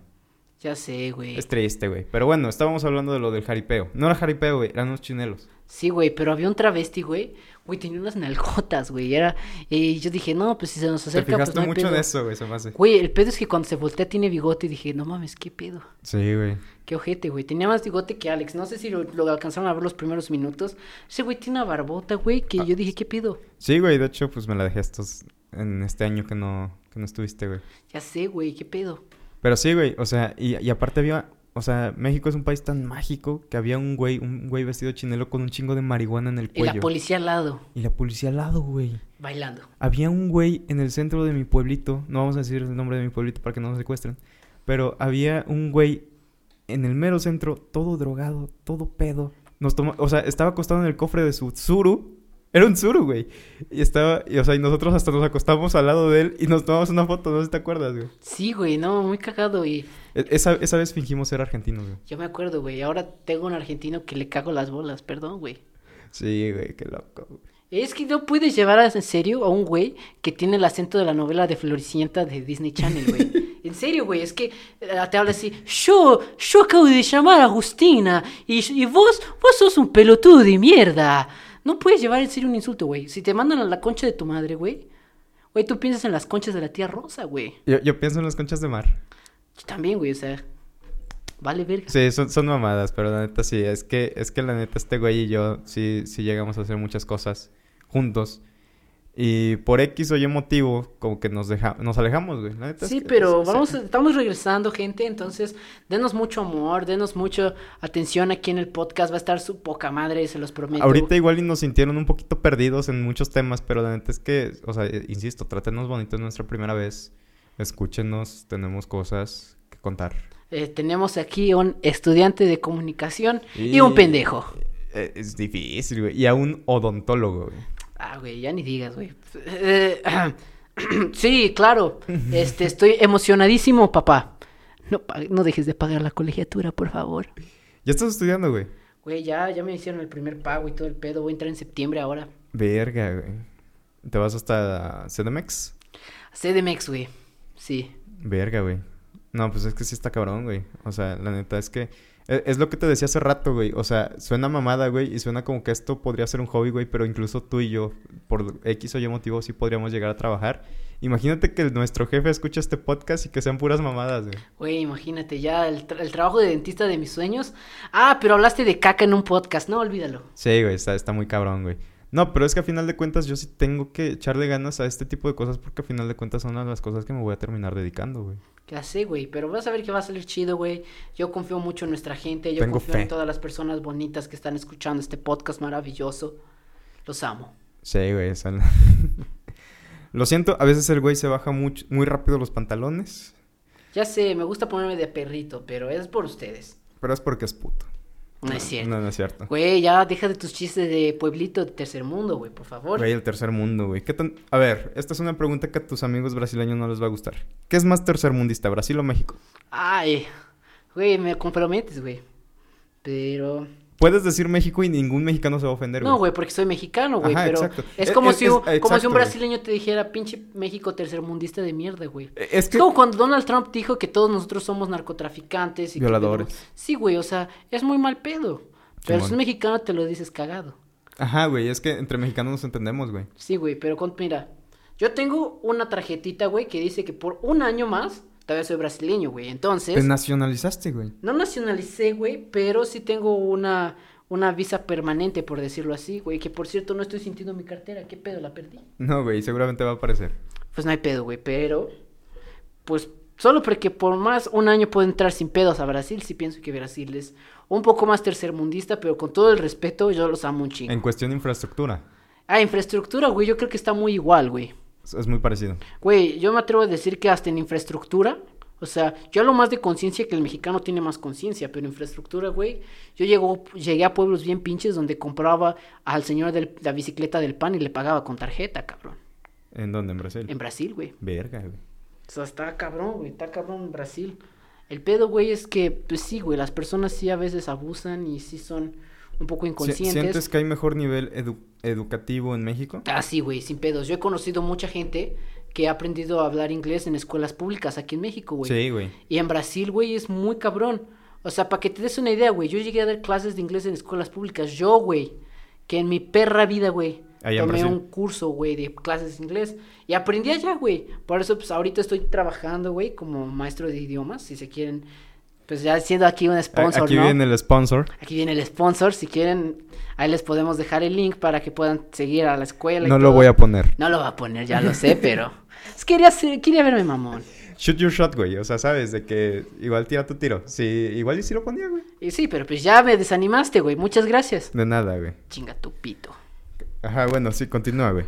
B: Ya sé, güey.
A: Es triste, güey. Pero bueno, estábamos hablando de lo del jaripeo. No era jaripeo, güey, eran unos chinelos.
B: Sí, güey, pero había un travesti, güey. Güey, tenía unas nalgotas, güey. Era... Y yo dije, no, pues si se nos
A: Te
B: acerca,
A: fijaste
B: pues no hay
A: mucho en
B: pedo".
A: eso, güey, se me hace.
B: Güey, el pedo es que cuando se voltea tiene bigote y dije, no mames, qué pedo.
A: Sí, güey.
B: Qué ojete, güey. Tenía más bigote que Alex. No sé si lo, lo alcanzaron a ver los primeros minutos. Ese güey tiene una barbota, güey, que yo dije, qué pedo.
A: Sí, güey, de hecho, pues me la dejé estos en este año que no, que no estuviste, güey.
B: Ya sé, güey, qué pedo.
A: Pero sí, güey, o sea, y, y aparte había, o sea, México es un país tan mágico que había un güey, un güey vestido de chinelo con un chingo de marihuana en el
B: Y
A: cuello.
B: la policía al lado,
A: Y la policía al lado, güey.
B: bailando.
A: Había un güey en el centro de mi pueblito, no vamos a decir el nombre de mi pueblito para que no nos secuestren, pero había un güey en el mero centro, todo drogado, todo pedo. Nos toma, o sea, estaba acostado en el cofre de su Tsuru. Era un Tsuru, güey. Y estaba, y, o sea, y nosotros hasta nos acostamos al lado de él y nos tomamos una foto, no sé si te acuerdas, güey.
B: Sí, güey, no, muy cagado. Y
A: E- Esa, esa vez fingimos ser argentinos, güey.
B: yo me acuerdo, güey. Ahora tengo un argentino que le cago las bolas, perdón, güey.
A: Sí, güey, qué loco, güey.
B: Es que no puedes llevar a- en serio a un güey que tiene el acento de la novela de Floricienta de Disney Channel, güey. En serio, güey, es que eh, te habla así, yo, yo acabo de llamar a Agustina y, y vos, vos sos un pelotudo de mierda. No puedes llevar en serio un insulto, güey. Si te mandan a la concha de tu madre, güey, güey, tú piensas en las conchas de la tía Rosa, güey.
A: Yo, yo pienso en las conchas de mar.
B: Yo también, güey, o sea, vale verga.
A: Sí, son, son mamadas, pero la neta sí, es que, es que la neta este güey y yo sí, sí llegamos a hacer muchas cosas juntos. Y por X o Y motivo, como que nos deja, nos alejamos, güey. La neta es
B: Sí,
A: que-
B: pero
A: sí.
B: vamos, estamos regresando, gente, entonces denos mucho amor, denos mucha atención aquí en el podcast, va a estar su poca madre, se los prometo.
A: Ahorita igual y nos sintieron un poquito perdidos en muchos temas, pero la neta es que, o sea, eh, insisto, trátenos bonito, es nuestra primera vez. Escúchenos, tenemos cosas que contar.
B: Eh, tenemos aquí un estudiante de comunicación y,
A: Y-
B: un pendejo.
A: Eh, Es difícil, güey. Y a un odontólogo, güey.
B: Ah, güey, ya ni digas, güey. Eh, sí, claro. Este, estoy emocionadísimo, papá. No, pa- no dejes de pagar la colegiatura, por favor.
A: Ya estás estudiando, güey.
B: Güey, ya, ya me hicieron el primer pago y todo el pedo. Voy a entrar en septiembre ahora.
A: Verga, güey. ¿Te vas hasta CDMX?
B: CDMX, güey. Sí.
A: Verga, güey. No, pues es que sí está cabrón, güey. O sea, la neta es que... e- Es lo que te decía hace rato, güey. O sea, suena mamada, güey, y suena como que esto podría ser un hobby, güey, pero incluso tú y yo, por X o Y motivo, sí podríamos llegar a trabajar. Imagínate que nuestro jefe escucha este podcast y que sean puras mamadas, güey.
B: Güey, imagínate ya el, tra- el trabajo de dentista de mis sueños. Ah, pero hablaste de caca en un podcast. No, olvídalo.
A: Sí, güey, está, está muy cabrón, güey. No, pero es que a final de cuentas yo sí tengo que echarle ganas a este tipo de cosas porque a final de cuentas son las cosas que me voy a terminar dedicando, güey.
B: Ya sé, güey, pero vas a ver que va a salir chido, güey. Yo confío mucho en nuestra gente, yo
A: Tengo
B: confío
A: fe.
B: en todas las personas bonitas que están escuchando este podcast maravilloso. Los amo.
A: Sí, güey, o sea, la- Lo siento, a veces el güey se baja mucho, muy rápido los pantalones,
B: Ya sé, me gusta ponerme de perrito, pero es por ustedes.
A: pero es porque es puto.
B: No, es cierto.
A: No, no es cierto.
B: Güey, ya deja de tus chistes de pueblito de tercer mundo, güey, por favor.
A: Güey, el tercer mundo, güey. ¿Qué tan... A ver, esta es una pregunta que a tus amigos brasileños no les va a gustar. ¿Qué es más tercermundista, Brasil o México?
B: Ay, güey, me comprometes, güey. Pero...
A: Puedes decir México y ningún mexicano se va a ofender,
B: No, güey, porque soy mexicano, güey,
A: Ajá,
B: pero
A: exacto.
B: es
A: Es-
B: como
A: es-
B: si
A: es-
B: un, como si
A: exacto,
B: un
A: güey.
B: brasileño te dijera, "Pinche México tercermundista de mierda, güey."
A: Eh, Es
B: Es
A: que...
B: como cuando Donald Trump dijo que todos nosotros somos narcotraficantes y que
A: Violadores.
B: tenemos- Sí, güey, o sea, es muy mal pedo. Pero si es
A: Simón.
B: mexicano te lo dices cagado.
A: Ajá, güey, es que entre mexicanos nos entendemos, güey.
B: Sí, güey, pero con- mira, yo tengo una tarjetita, güey, que dice que por un año más todavía soy brasileño, güey. Entonces,
A: Te nacionalizaste, güey.
B: no nacionalicé, güey, pero sí tengo una una visa permanente, por decirlo así, güey, que por cierto no estoy sintiendo mi cartera, qué pedo, la perdí.
A: No, güey, seguramente va a aparecer.
B: Pues no hay pedo, güey, pero pues solo porque por más un año puedo entrar sin pedos a Brasil, sí pienso que Brasil es un poco más tercermundista, pero con todo el respeto yo los amo un chingo.
A: En cuestión de infraestructura,
B: Ah, infraestructura, güey, yo creo que está muy igual, güey.
A: es es muy parecido.
B: Güey, yo me atrevo a decir que hasta en infraestructura, o sea, yo hablo más de conciencia que el mexicano tiene más conciencia, pero infraestructura, güey, yo llego, llegué a pueblos bien pinches donde compraba al señor de la bicicleta del pan y le pagaba con tarjeta, cabrón.
A: ¿En dónde? ¿En Brasil?
B: En Brasil, güey.
A: Verga, güey.
B: O sea, está cabrón, güey, está cabrón en Brasil. El pedo, güey, es que, pues sí, güey, las personas sí a veces abusan y sí son un poco
A: Si-
B: inconscientes.
A: ¿Sientes que hay mejor nivel edu- educativo en México?
B: Ah, sí, güey, sin pedos. Yo he conocido mucha gente que ha aprendido a hablar inglés en escuelas públicas aquí en México, güey.
A: Sí, güey.
B: Y en Brasil, güey, es muy cabrón. O sea, para que te des una idea, güey, yo llegué a dar clases de inglés en escuelas públicas. Yo, güey, que en mi perra vida, güey,
A: Allá en
B: tomé
A: Brasil.
B: un curso, güey, de clases de inglés. Y aprendí allá, güey. Por eso, pues, ahorita estoy trabajando, güey, como maestro de idiomas, si se quieren. Pues ya siendo aquí un
A: A-
B: sponsor,
A: Aquí
B: ¿no?
A: viene el sponsor.
B: Aquí viene el sponsor, si quieren, ahí les podemos dejar el link para que puedan seguir a la escuela. y
A: No lo
B: todo.
A: voy a poner.
B: No lo va a poner, ya lo sé, pero... es que Quería, ser- quería verme mamón.
A: Shoot your shot, güey. O sea, sabes de que igual tira tu tiro. Sí, igual y sí lo ponía, güey.
B: Y sí, pero pues ya me desanimaste, güey. Muchas gracias.
A: De nada, güey.
B: Chinga tu pito.
A: Ajá, bueno, sí, continúa, güey.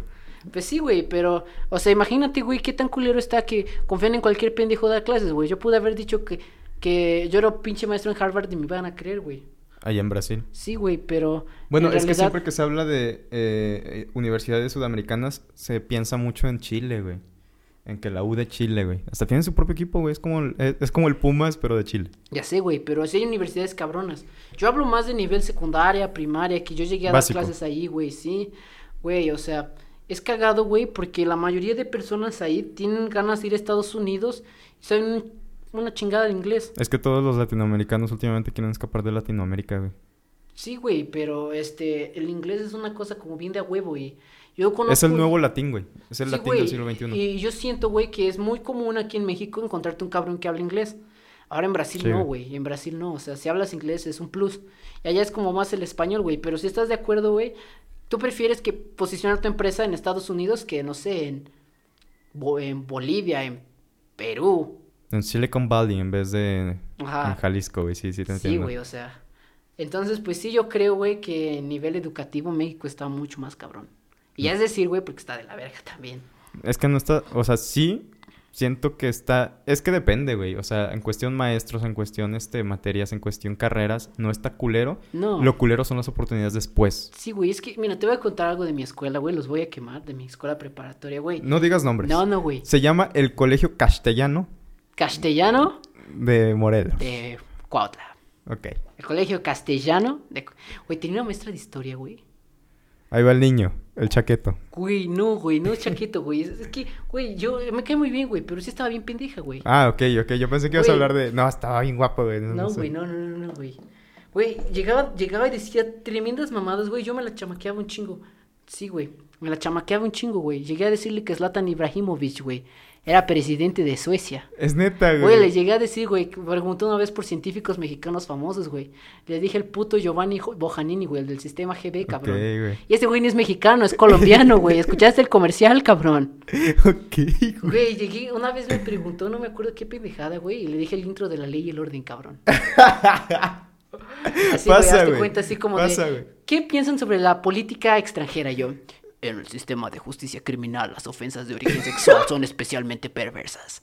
B: Pues sí, güey, pero, o sea, imagínate, güey, qué tan culero está que confían en cualquier pendejo dar clases, güey. Yo pude haber dicho que, que yo era un pinche maestro en Harvard y me van a creer, güey.
A: Allá en Brasil.
B: Sí, güey, pero.
A: Bueno,
B: en
A: es que
B: realidad-
A: siempre que se habla de eh, eh, universidades sudamericanas, se piensa mucho en Chile, güey. En que la U de Chile, güey. Hasta tienen su propio equipo, güey. Es como, el- es- es como el Pumas, pero de Chile.
B: Ya sé, güey, pero sí hay universidades cabronas. Yo hablo más de nivel secundaria, primaria, que yo llegué a
A: Básico.
B: dar clases ahí, güey, sí. Güey, o sea, es cagado, güey, porque la mayoría de personas ahí tienen ganas de ir a Estados Unidos y saben un- una chingada de inglés.
A: Es que todos los latinoamericanos últimamente quieren escapar de Latinoamérica, güey.
B: Sí, güey, pero este, el inglés es una cosa como bien de a huevo y yo conozco...
A: Es el nuevo latín, güey. Es el
B: Sí,
A: latín
B: güey,
A: del siglo XXI.
B: Y yo siento, güey, que es muy común aquí en México encontrarte un cabrón que habla inglés. Ahora en Brasil
A: Sí,
B: no,
A: güey.
B: güey, en Brasil no, o sea, si hablas inglés es un plus. Y allá es como más el español, güey, pero si estás de acuerdo, güey, tú prefieres que posicionar tu empresa en Estados Unidos que, no sé, en, Bo- en Bolivia, en Perú.
A: En Silicon Valley en vez de
B: Ajá.
A: en Jalisco, güey. Sí, sí, te
B: Sí,
A: entiendo.
B: güey, o sea. Entonces, pues sí, yo creo, güey, que en nivel educativo México está mucho
A: Mm.
B: más cabrón. Y ya es decir, güey, porque está de la verga también.
A: Es que no está, o sea, sí, siento que está, es que depende, güey, o sea, en cuestión maestros, en cuestión este materias, en cuestión carreras, no está culero.
B: No.
A: Lo culero son las oportunidades después.
B: Sí, güey, es que, mira, te voy a contar algo de mi escuela, güey, los voy a quemar, de mi escuela preparatoria, güey.
A: No digas nombres.
B: No, no, güey.
A: Se llama el Colegio Castellano
B: Castellano
A: de Morelos.
B: de Cuautla.
A: Ok.
B: El colegio castellano de... Cu- Güey, tenía una maestra de historia, güey.
A: Ahí va el niño, el chaqueto.
B: Güey, no, güey, no es chaquito, güey. Es, es que, güey, yo me cae muy bien, güey, pero sí estaba bien pendeja, güey.
A: Ah, ok, ok. Yo pensé que ibas a
B: Güey.
A: hablar de. No, estaba bien guapo, güey.
B: No,
A: sé.
B: güey, no, no, no, no, güey. Güey, llegaba, llegaba y decía tremendas mamadas, güey. Yo me la chamaqueaba un chingo. Sí, güey. Me la chamaqueaba un chingo, güey. Llegué a decirle que Zlatan Ibrahimovic, güey, era presidente de Suecia.
A: Es neta, güey.
B: Güey, le llegué a decir, güey, que preguntó una vez por científicos mexicanos famosos, güey. Le dije el puto Giovanni Jo- Bojanini, güey, el del sistema GB, cabrón.
A: Ok, güey.
B: Y ese güey no es mexicano, es colombiano, güey. ¿Escuchaste el comercial, cabrón?
A: Ok, güey.
B: Güey, llegué, una vez me preguntó, no me acuerdo qué pendejada, güey, y le dije el intro de la ley y el orden, cabrón. Así, güey,
A: Pasa,
B: hazte
A: güey.
B: cuenta así como
A: Pasa,
B: de,
A: güey.
B: ¿qué piensan sobre la política extranjera? Yo, en el sistema de justicia criminal, las ofensas de origen sexual son especialmente perversas.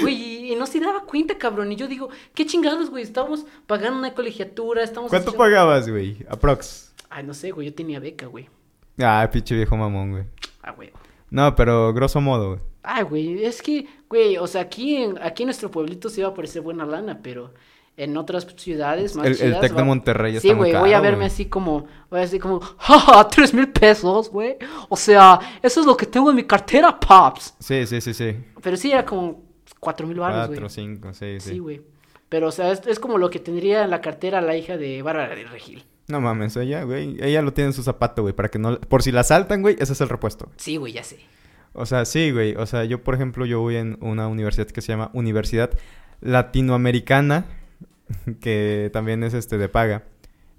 B: Güey, y- y no se daba cuenta, cabrón. Y yo digo, qué chingados, güey, estamos pagando una colegiatura, estamos...
A: ¿Cuánto
B: haciendo-
A: pagabas, güey? Aprox.
B: Ay, no sé, güey, yo tenía beca, güey.
A: Ah, pinche viejo mamón, güey.
B: Ah, güey.
A: No, pero grosso modo, güey.
B: Ay, güey, es que, güey, o sea, aquí en, aquí en nuestro pueblito se iba a aparecer buena lana, pero en otras ciudades más
A: El, el
B: chidas
A: Tec de
B: va-
A: Monterrey está
B: Sí,
A: muy
B: güey, voy a
A: caro,
B: verme
A: güey.
B: así como, voy a decir como, ¡ja, ja! ¡Tres mil pesos, güey! O sea, eso es lo que tengo en mi cartera, paps.
A: Sí, sí, sí, sí.
B: Pero sí, era como cuatro mil baros, güey.
A: Cuatro, cinco, sí, sí.
B: Sí, güey. Pero, o sea, es, es como lo que tendría en la cartera la hija de Bárbara de Regil.
A: No mames, ella, güey. Ella lo tiene en su zapato, güey. Para que no. Por si la saltan, güey, ese es el repuesto.
B: Sí, güey, ya sé.
A: O sea, sí, güey. O sea, yo, por ejemplo, yo voy en una universidad que se llama Universidad Latinoamericana, que también es este de paga.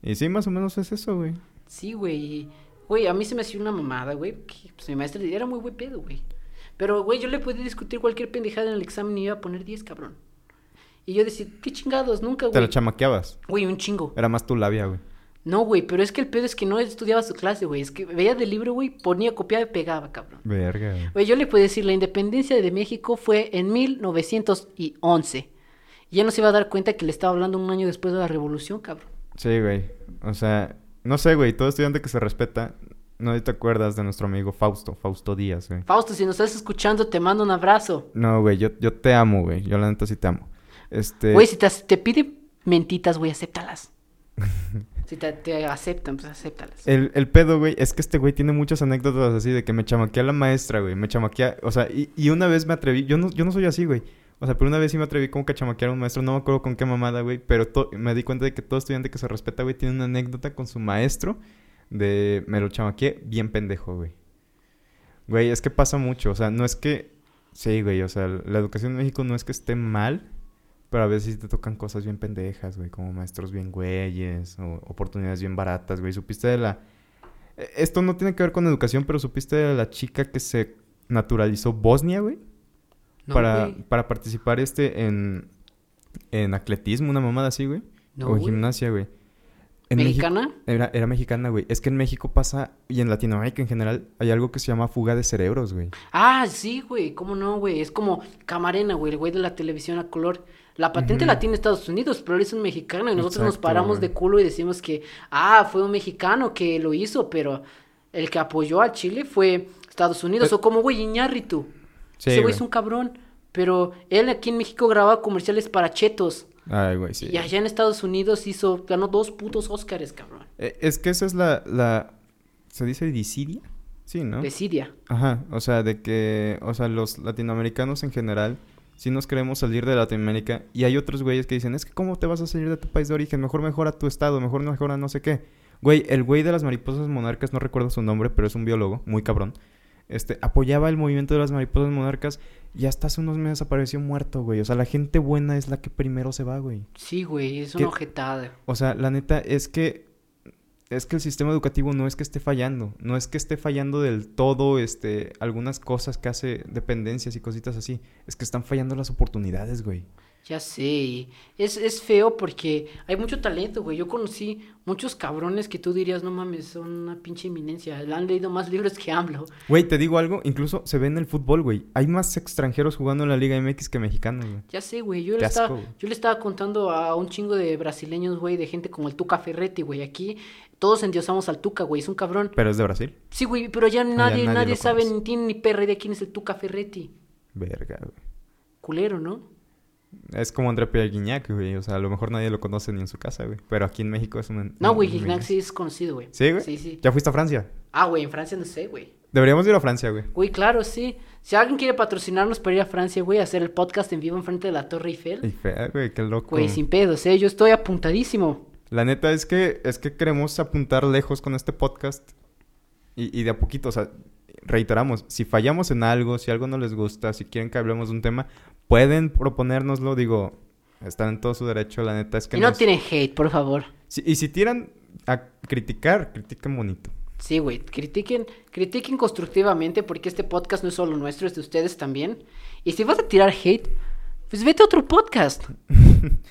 A: Y sí, más o menos es eso, güey.
B: Sí, güey. Güey, a mí se me hacía una mamada, güey. que, Pues mi maestra era muy buen pedo, güey. Pero, güey, yo le podía discutir cualquier pendejada en el examen y iba a poner 10, cabrón. Y yo decía, qué chingados, nunca,
A: Te la
B: güey.
A: chamaqueabas.
B: Güey, un chingo.
A: Era más tu labia, güey.
B: No, güey, pero es que el pedo es que no estudiaba su clase, güey. Es que veía del libro, güey, ponía, copiaba y pegaba, cabrón.
A: Verga, güey.
B: Güey, yo le puedo decir, la independencia de México fue en 1911. Y ya no se iba a dar cuenta que le estaba hablando un año después de la revolución, cabrón.
A: Sí, güey. O sea, no sé, güey. Todo estudiante que se respeta. No sé si te acuerdas de nuestro amigo Fausto, Fausto Díaz, güey.
B: Fausto, si nos estás escuchando, te mando un abrazo.
A: No, güey, yo, yo te amo, güey. Yo la neta sí te amo. Este.
B: Güey, si te, ac- te pide mentitas, güey, acéptalas. si te, te aceptan, pues acéptalas.
A: El, el pedo, güey, es que este güey tiene muchas anécdotas así de que me chamaquea la maestra, güey. Me chamaquea, o sea, y, y una vez me atreví, yo no, yo no soy así, güey. O sea, pero una vez sí me atreví como que a chamaquear a un maestro, no me acuerdo con qué mamada, güey, pero to- me di cuenta de que todo estudiante que se respeta, güey, tiene una anécdota con su maestro de me lo chamaqueé bien pendejo, güey. Güey, es que pasa mucho, o sea, no es que, sí, güey, o sea, la educación en México no es que esté mal, pero a veces sí te tocan cosas bien pendejas, güey, como maestros bien güeyes o oportunidades bien baratas, güey. Supiste de la... Eh, Esto no tiene que ver con educación, pero supiste de la chica que se naturalizó Bosnia, güey,
B: No,
A: para,
B: güey.
A: para participar este en, en atletismo, una mamada así, güey.
B: No,
A: o en
B: güey.
A: gimnasia, güey. En México-
B: ¿Mexicana?
A: era, era mexicana, güey. Es que en México pasa, y en Latinoamérica en general, hay algo que se llama fuga de cerebros, güey.
B: Ah, sí, güey, ¿cómo no, güey? Es como Camarena, güey, el güey de la televisión a color. La patente la
A: Ujú.
B: tiene Estados Unidos, pero él es un mexicano y nosotros nos
A: Exacto,
B: paramos
A: güey.
B: de culo y decimos que, ah, fue un mexicano que lo hizo, pero el que apoyó a Chile fue Estados Unidos.
A: Eh,
B: o como, güey, Iñárritu.
A: Sí,
B: Ese
A: güey.
B: güey es un cabrón, pero él aquí en México grababa comerciales para chetos.
A: Ay, güey, sí.
B: Y allá en Estados Unidos hizo, ganó dos putos Óscares, cabrón.
A: Eh, Es que esa es la, la... ¿Se dice disidia? Sí, ¿no?
B: De Siria.
A: Ajá, o sea, de que, o sea, los latinoamericanos en general, sí nos queremos salir de Latinoamérica y hay otros güeyes que dicen, es que cómo te vas a salir de tu país de origen, mejor mejora tu estado, mejor mejora no sé qué. Güey, el güey de las mariposas monarcas, no recuerdo su nombre, pero es un biólogo, muy cabrón, este, apoyaba el movimiento de las mariposas monarcas y hasta hace unos meses apareció muerto, güey. O sea, la gente buena es la que primero se va, güey.
B: Sí, güey, es
A: ¿Qué-
B: una ojetada.
A: O sea, la neta es que es que el sistema educativo no es que esté fallando, no es que esté fallando del todo, este, algunas cosas que hace dependencias y cositas así, es que están fallando las oportunidades, güey.
B: Ya sé, y es, es feo porque hay mucho talento, güey. Yo conocí muchos cabrones que tú dirías, no mames, son una pinche eminencia. Han leído más libros que AMLO.
A: Güey, te digo algo, incluso se ve en el fútbol, güey. Hay más extranjeros jugando en la Liga MX que mexicanos, güey.
B: Ya sé, güey. Yo,
A: Qué
B: le estaba-
A: asco, güey.
B: yo le estaba contando a un chingo de brasileños, güey, de gente como el Tuca Ferretti, güey. Aquí todos endiosamos al Tuca, güey. Es un cabrón.
A: Pero es de Brasil.
B: Sí, güey, pero ya nadie,
A: nadie lo
B: nadie, sabe,
A: conoce.
B: ni tiene ni perra idea quién es el Tuca Ferretti.
A: Verga, güey.
B: Culero, ¿no?
A: Es como André Pierre Guignac, güey. O sea, a lo mejor nadie lo conoce ni en su casa, güey. Pero aquí en México es un...
B: No,
A: un-
B: güey,
A: un
B: Gignac sí es conocido, güey.
A: ¿Sí, güey?
B: Sí, sí.
A: ¿Ya fuiste a Francia?
B: Ah, güey, en Francia no sé, güey.
A: Deberíamos ir a Francia, güey.
B: Güey, claro, sí. Si alguien quiere patrocinarnos para ir a Francia, güey, a hacer el podcast en vivo enfrente de la Torre Eiffel,
A: Y fea, güey, qué loco.
B: güey, sin pedos, ¿eh? Yo estoy apuntadísimo.
A: La neta es que, es que queremos apuntar lejos con este podcast. Y, y de a poquito, o sea, reiteramos, si fallamos en algo, si algo no les gusta, si quieren que hablemos de un tema, pueden proponérnoslo, digo, están en todo su derecho, la neta es que
B: Y no
A: nos-
B: tienen hate, por favor.
A: Si- y si tiran a criticar, critiquen bonito.
B: Sí, güey, critiquen, critiquen constructivamente porque este podcast no es solo nuestro, es de ustedes también. Y si vas a tirar hate, pues vete a otro podcast.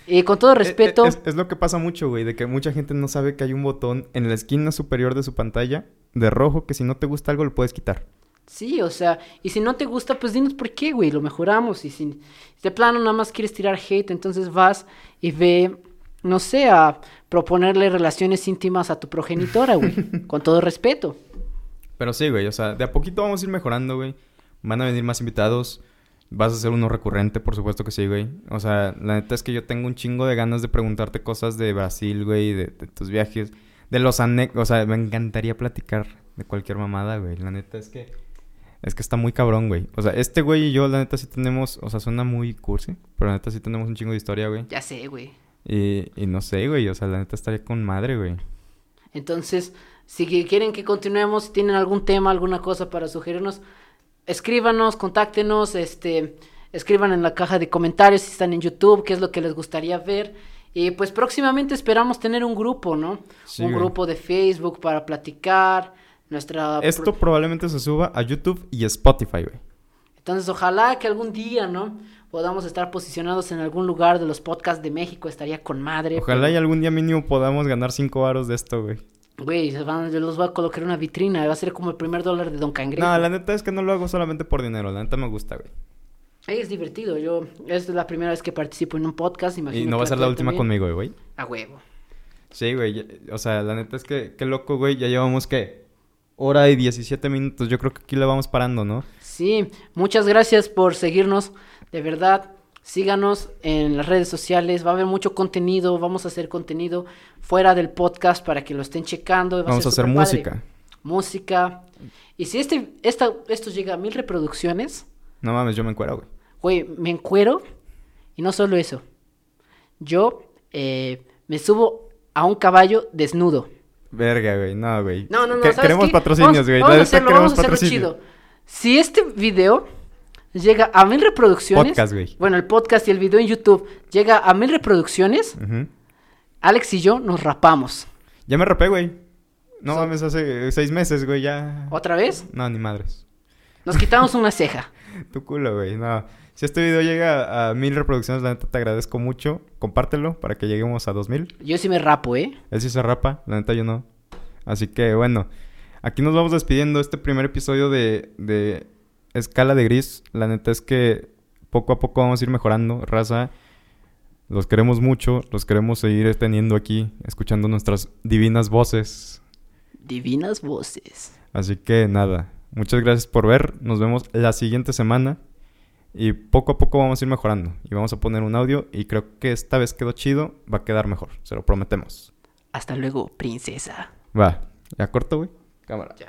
B: y con todo respeto,
A: Eh, eh, Es, es lo que pasa mucho, güey, de que mucha gente no sabe que hay un botón en la esquina superior de su pantalla de rojo que si no te gusta algo lo puedes quitar.
B: sí, o sea, y si no te gusta, pues dinos por qué, güey, lo mejoramos. Y si de plano nada más quieres tirar hate, entonces vas y ve, no sé, a proponerle relaciones íntimas a tu progenitora, güey, con todo respeto.
A: Pero sí, güey, o sea, de a poquito vamos a ir mejorando, güey. Van a venir más invitados. Vas a ser uno recurrente, por supuesto que sí, güey. O sea, la neta es que yo tengo un chingo de ganas de preguntarte cosas de Brasil, güey, de, de tus viajes, de los anécdotas. O sea, me encantaría platicar de cualquier mamada, güey. La neta es que. Es que está muy cabrón, güey. O sea, este güey y yo, la neta sí tenemos. O sea, suena muy cursi, pero la neta sí tenemos un chingo de historia, güey.
B: Ya sé, güey.
A: Y, y no sé, güey. O sea, la neta estaría con madre, güey.
B: Entonces, si que- quieren que continuemos, si tienen algún tema, alguna cosa para sugerirnos, escríbanos, contáctenos, este, escriban en la caja de comentarios si están en YouTube, qué es lo que les gustaría ver. Y pues próximamente esperamos tener un grupo, ¿no?
A: Sí,
B: un
A: güey.
B: grupo de Facebook para platicar, nuestra... pro-
A: Esto probablemente se suba a YouTube y Spotify, güey.
B: Entonces, ojalá que algún día, ¿no? Podamos estar posicionados en algún lugar de los podcasts de México, estaría con madre.
A: Ojalá y algún día mínimo podamos ganar 5 varos de esto, güey.
B: Güey, se van- yo los voy a colocar en una vitrina, va a ser como el primer dólar de Don Cangrejo.
A: No, la neta es que no lo hago solamente por dinero, la neta me gusta, güey.
B: Ey, Es divertido, yo es la primera vez que participo en un podcast, imagino.
A: Y no
B: que
A: va a ser la
B: tuya
A: última
B: también.
A: conmigo, güey.
B: A huevo.
A: Sí, güey, ya- o sea, la neta es que, qué loco, güey, ya llevamos, ¿qué? Hora y 17 minutos, yo creo que aquí la vamos parando, ¿no?
B: Sí, muchas gracias por seguirnos, de verdad. Síganos en las redes sociales, va a haber mucho contenido, vamos a hacer contenido fuera del podcast para que lo estén checando. va a
A: Vamos a
B: ser
A: hacer
B: superpadre.
A: música.
B: Música. Y si este, esta, esto llega a mil reproducciones,
A: No mames, yo me encuero, güey.
B: güey, me encuero. Y no solo eso, yo eh, me subo a un caballo desnudo.
A: Verga, güey, no, güey.
B: No, no, no.
A: Que-
B: ¿sabes
A: Queremos
B: qué?
A: patrocinios,
B: Vamos-
A: güey.
B: Vamos,
A: la
B: a
A: neta
B: hacerlo,
A: queremos
B: vamos a hacerlo
A: patrocinio.
B: chido. Si este video llega a mil reproducciones.
A: Podcast, güey.
B: Bueno, el podcast y el video en YouTube llega a mil reproducciones,
A: Ujú.
B: Alex y yo nos rapamos.
A: Ya me rapé, güey. No
B: So-
A: mames, hace 6 meses, güey, ya.
B: ¿Otra vez?
A: No, ni madres.
B: Nos quitamos una ceja.
A: Tu culo, güey. No. Si este video llega a mil reproducciones, la neta te agradezco mucho. Compártelo para que lleguemos a dos mil.
B: Yo sí me rapo, ¿eh?
A: Él sí se rapa, la neta yo no. Así que bueno, aquí nos vamos despidiendo este primer episodio de, de Escala de Gris. La neta es que poco a poco vamos a ir mejorando, raza. Los queremos mucho, los queremos seguir teniendo aquí, escuchando nuestras divinas voces.
B: Divinas voces.
A: Así que nada, muchas gracias por ver. Nos vemos la siguiente semana. Y poco a poco vamos a ir mejorando. Y vamos a poner un audio. Y creo que esta vez quedó chido. Va a quedar mejor. Se lo prometemos.
B: Hasta luego, princesa.
A: Va. Ya corto, güey. Cámara.
B: Ya.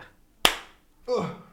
A: Ugh.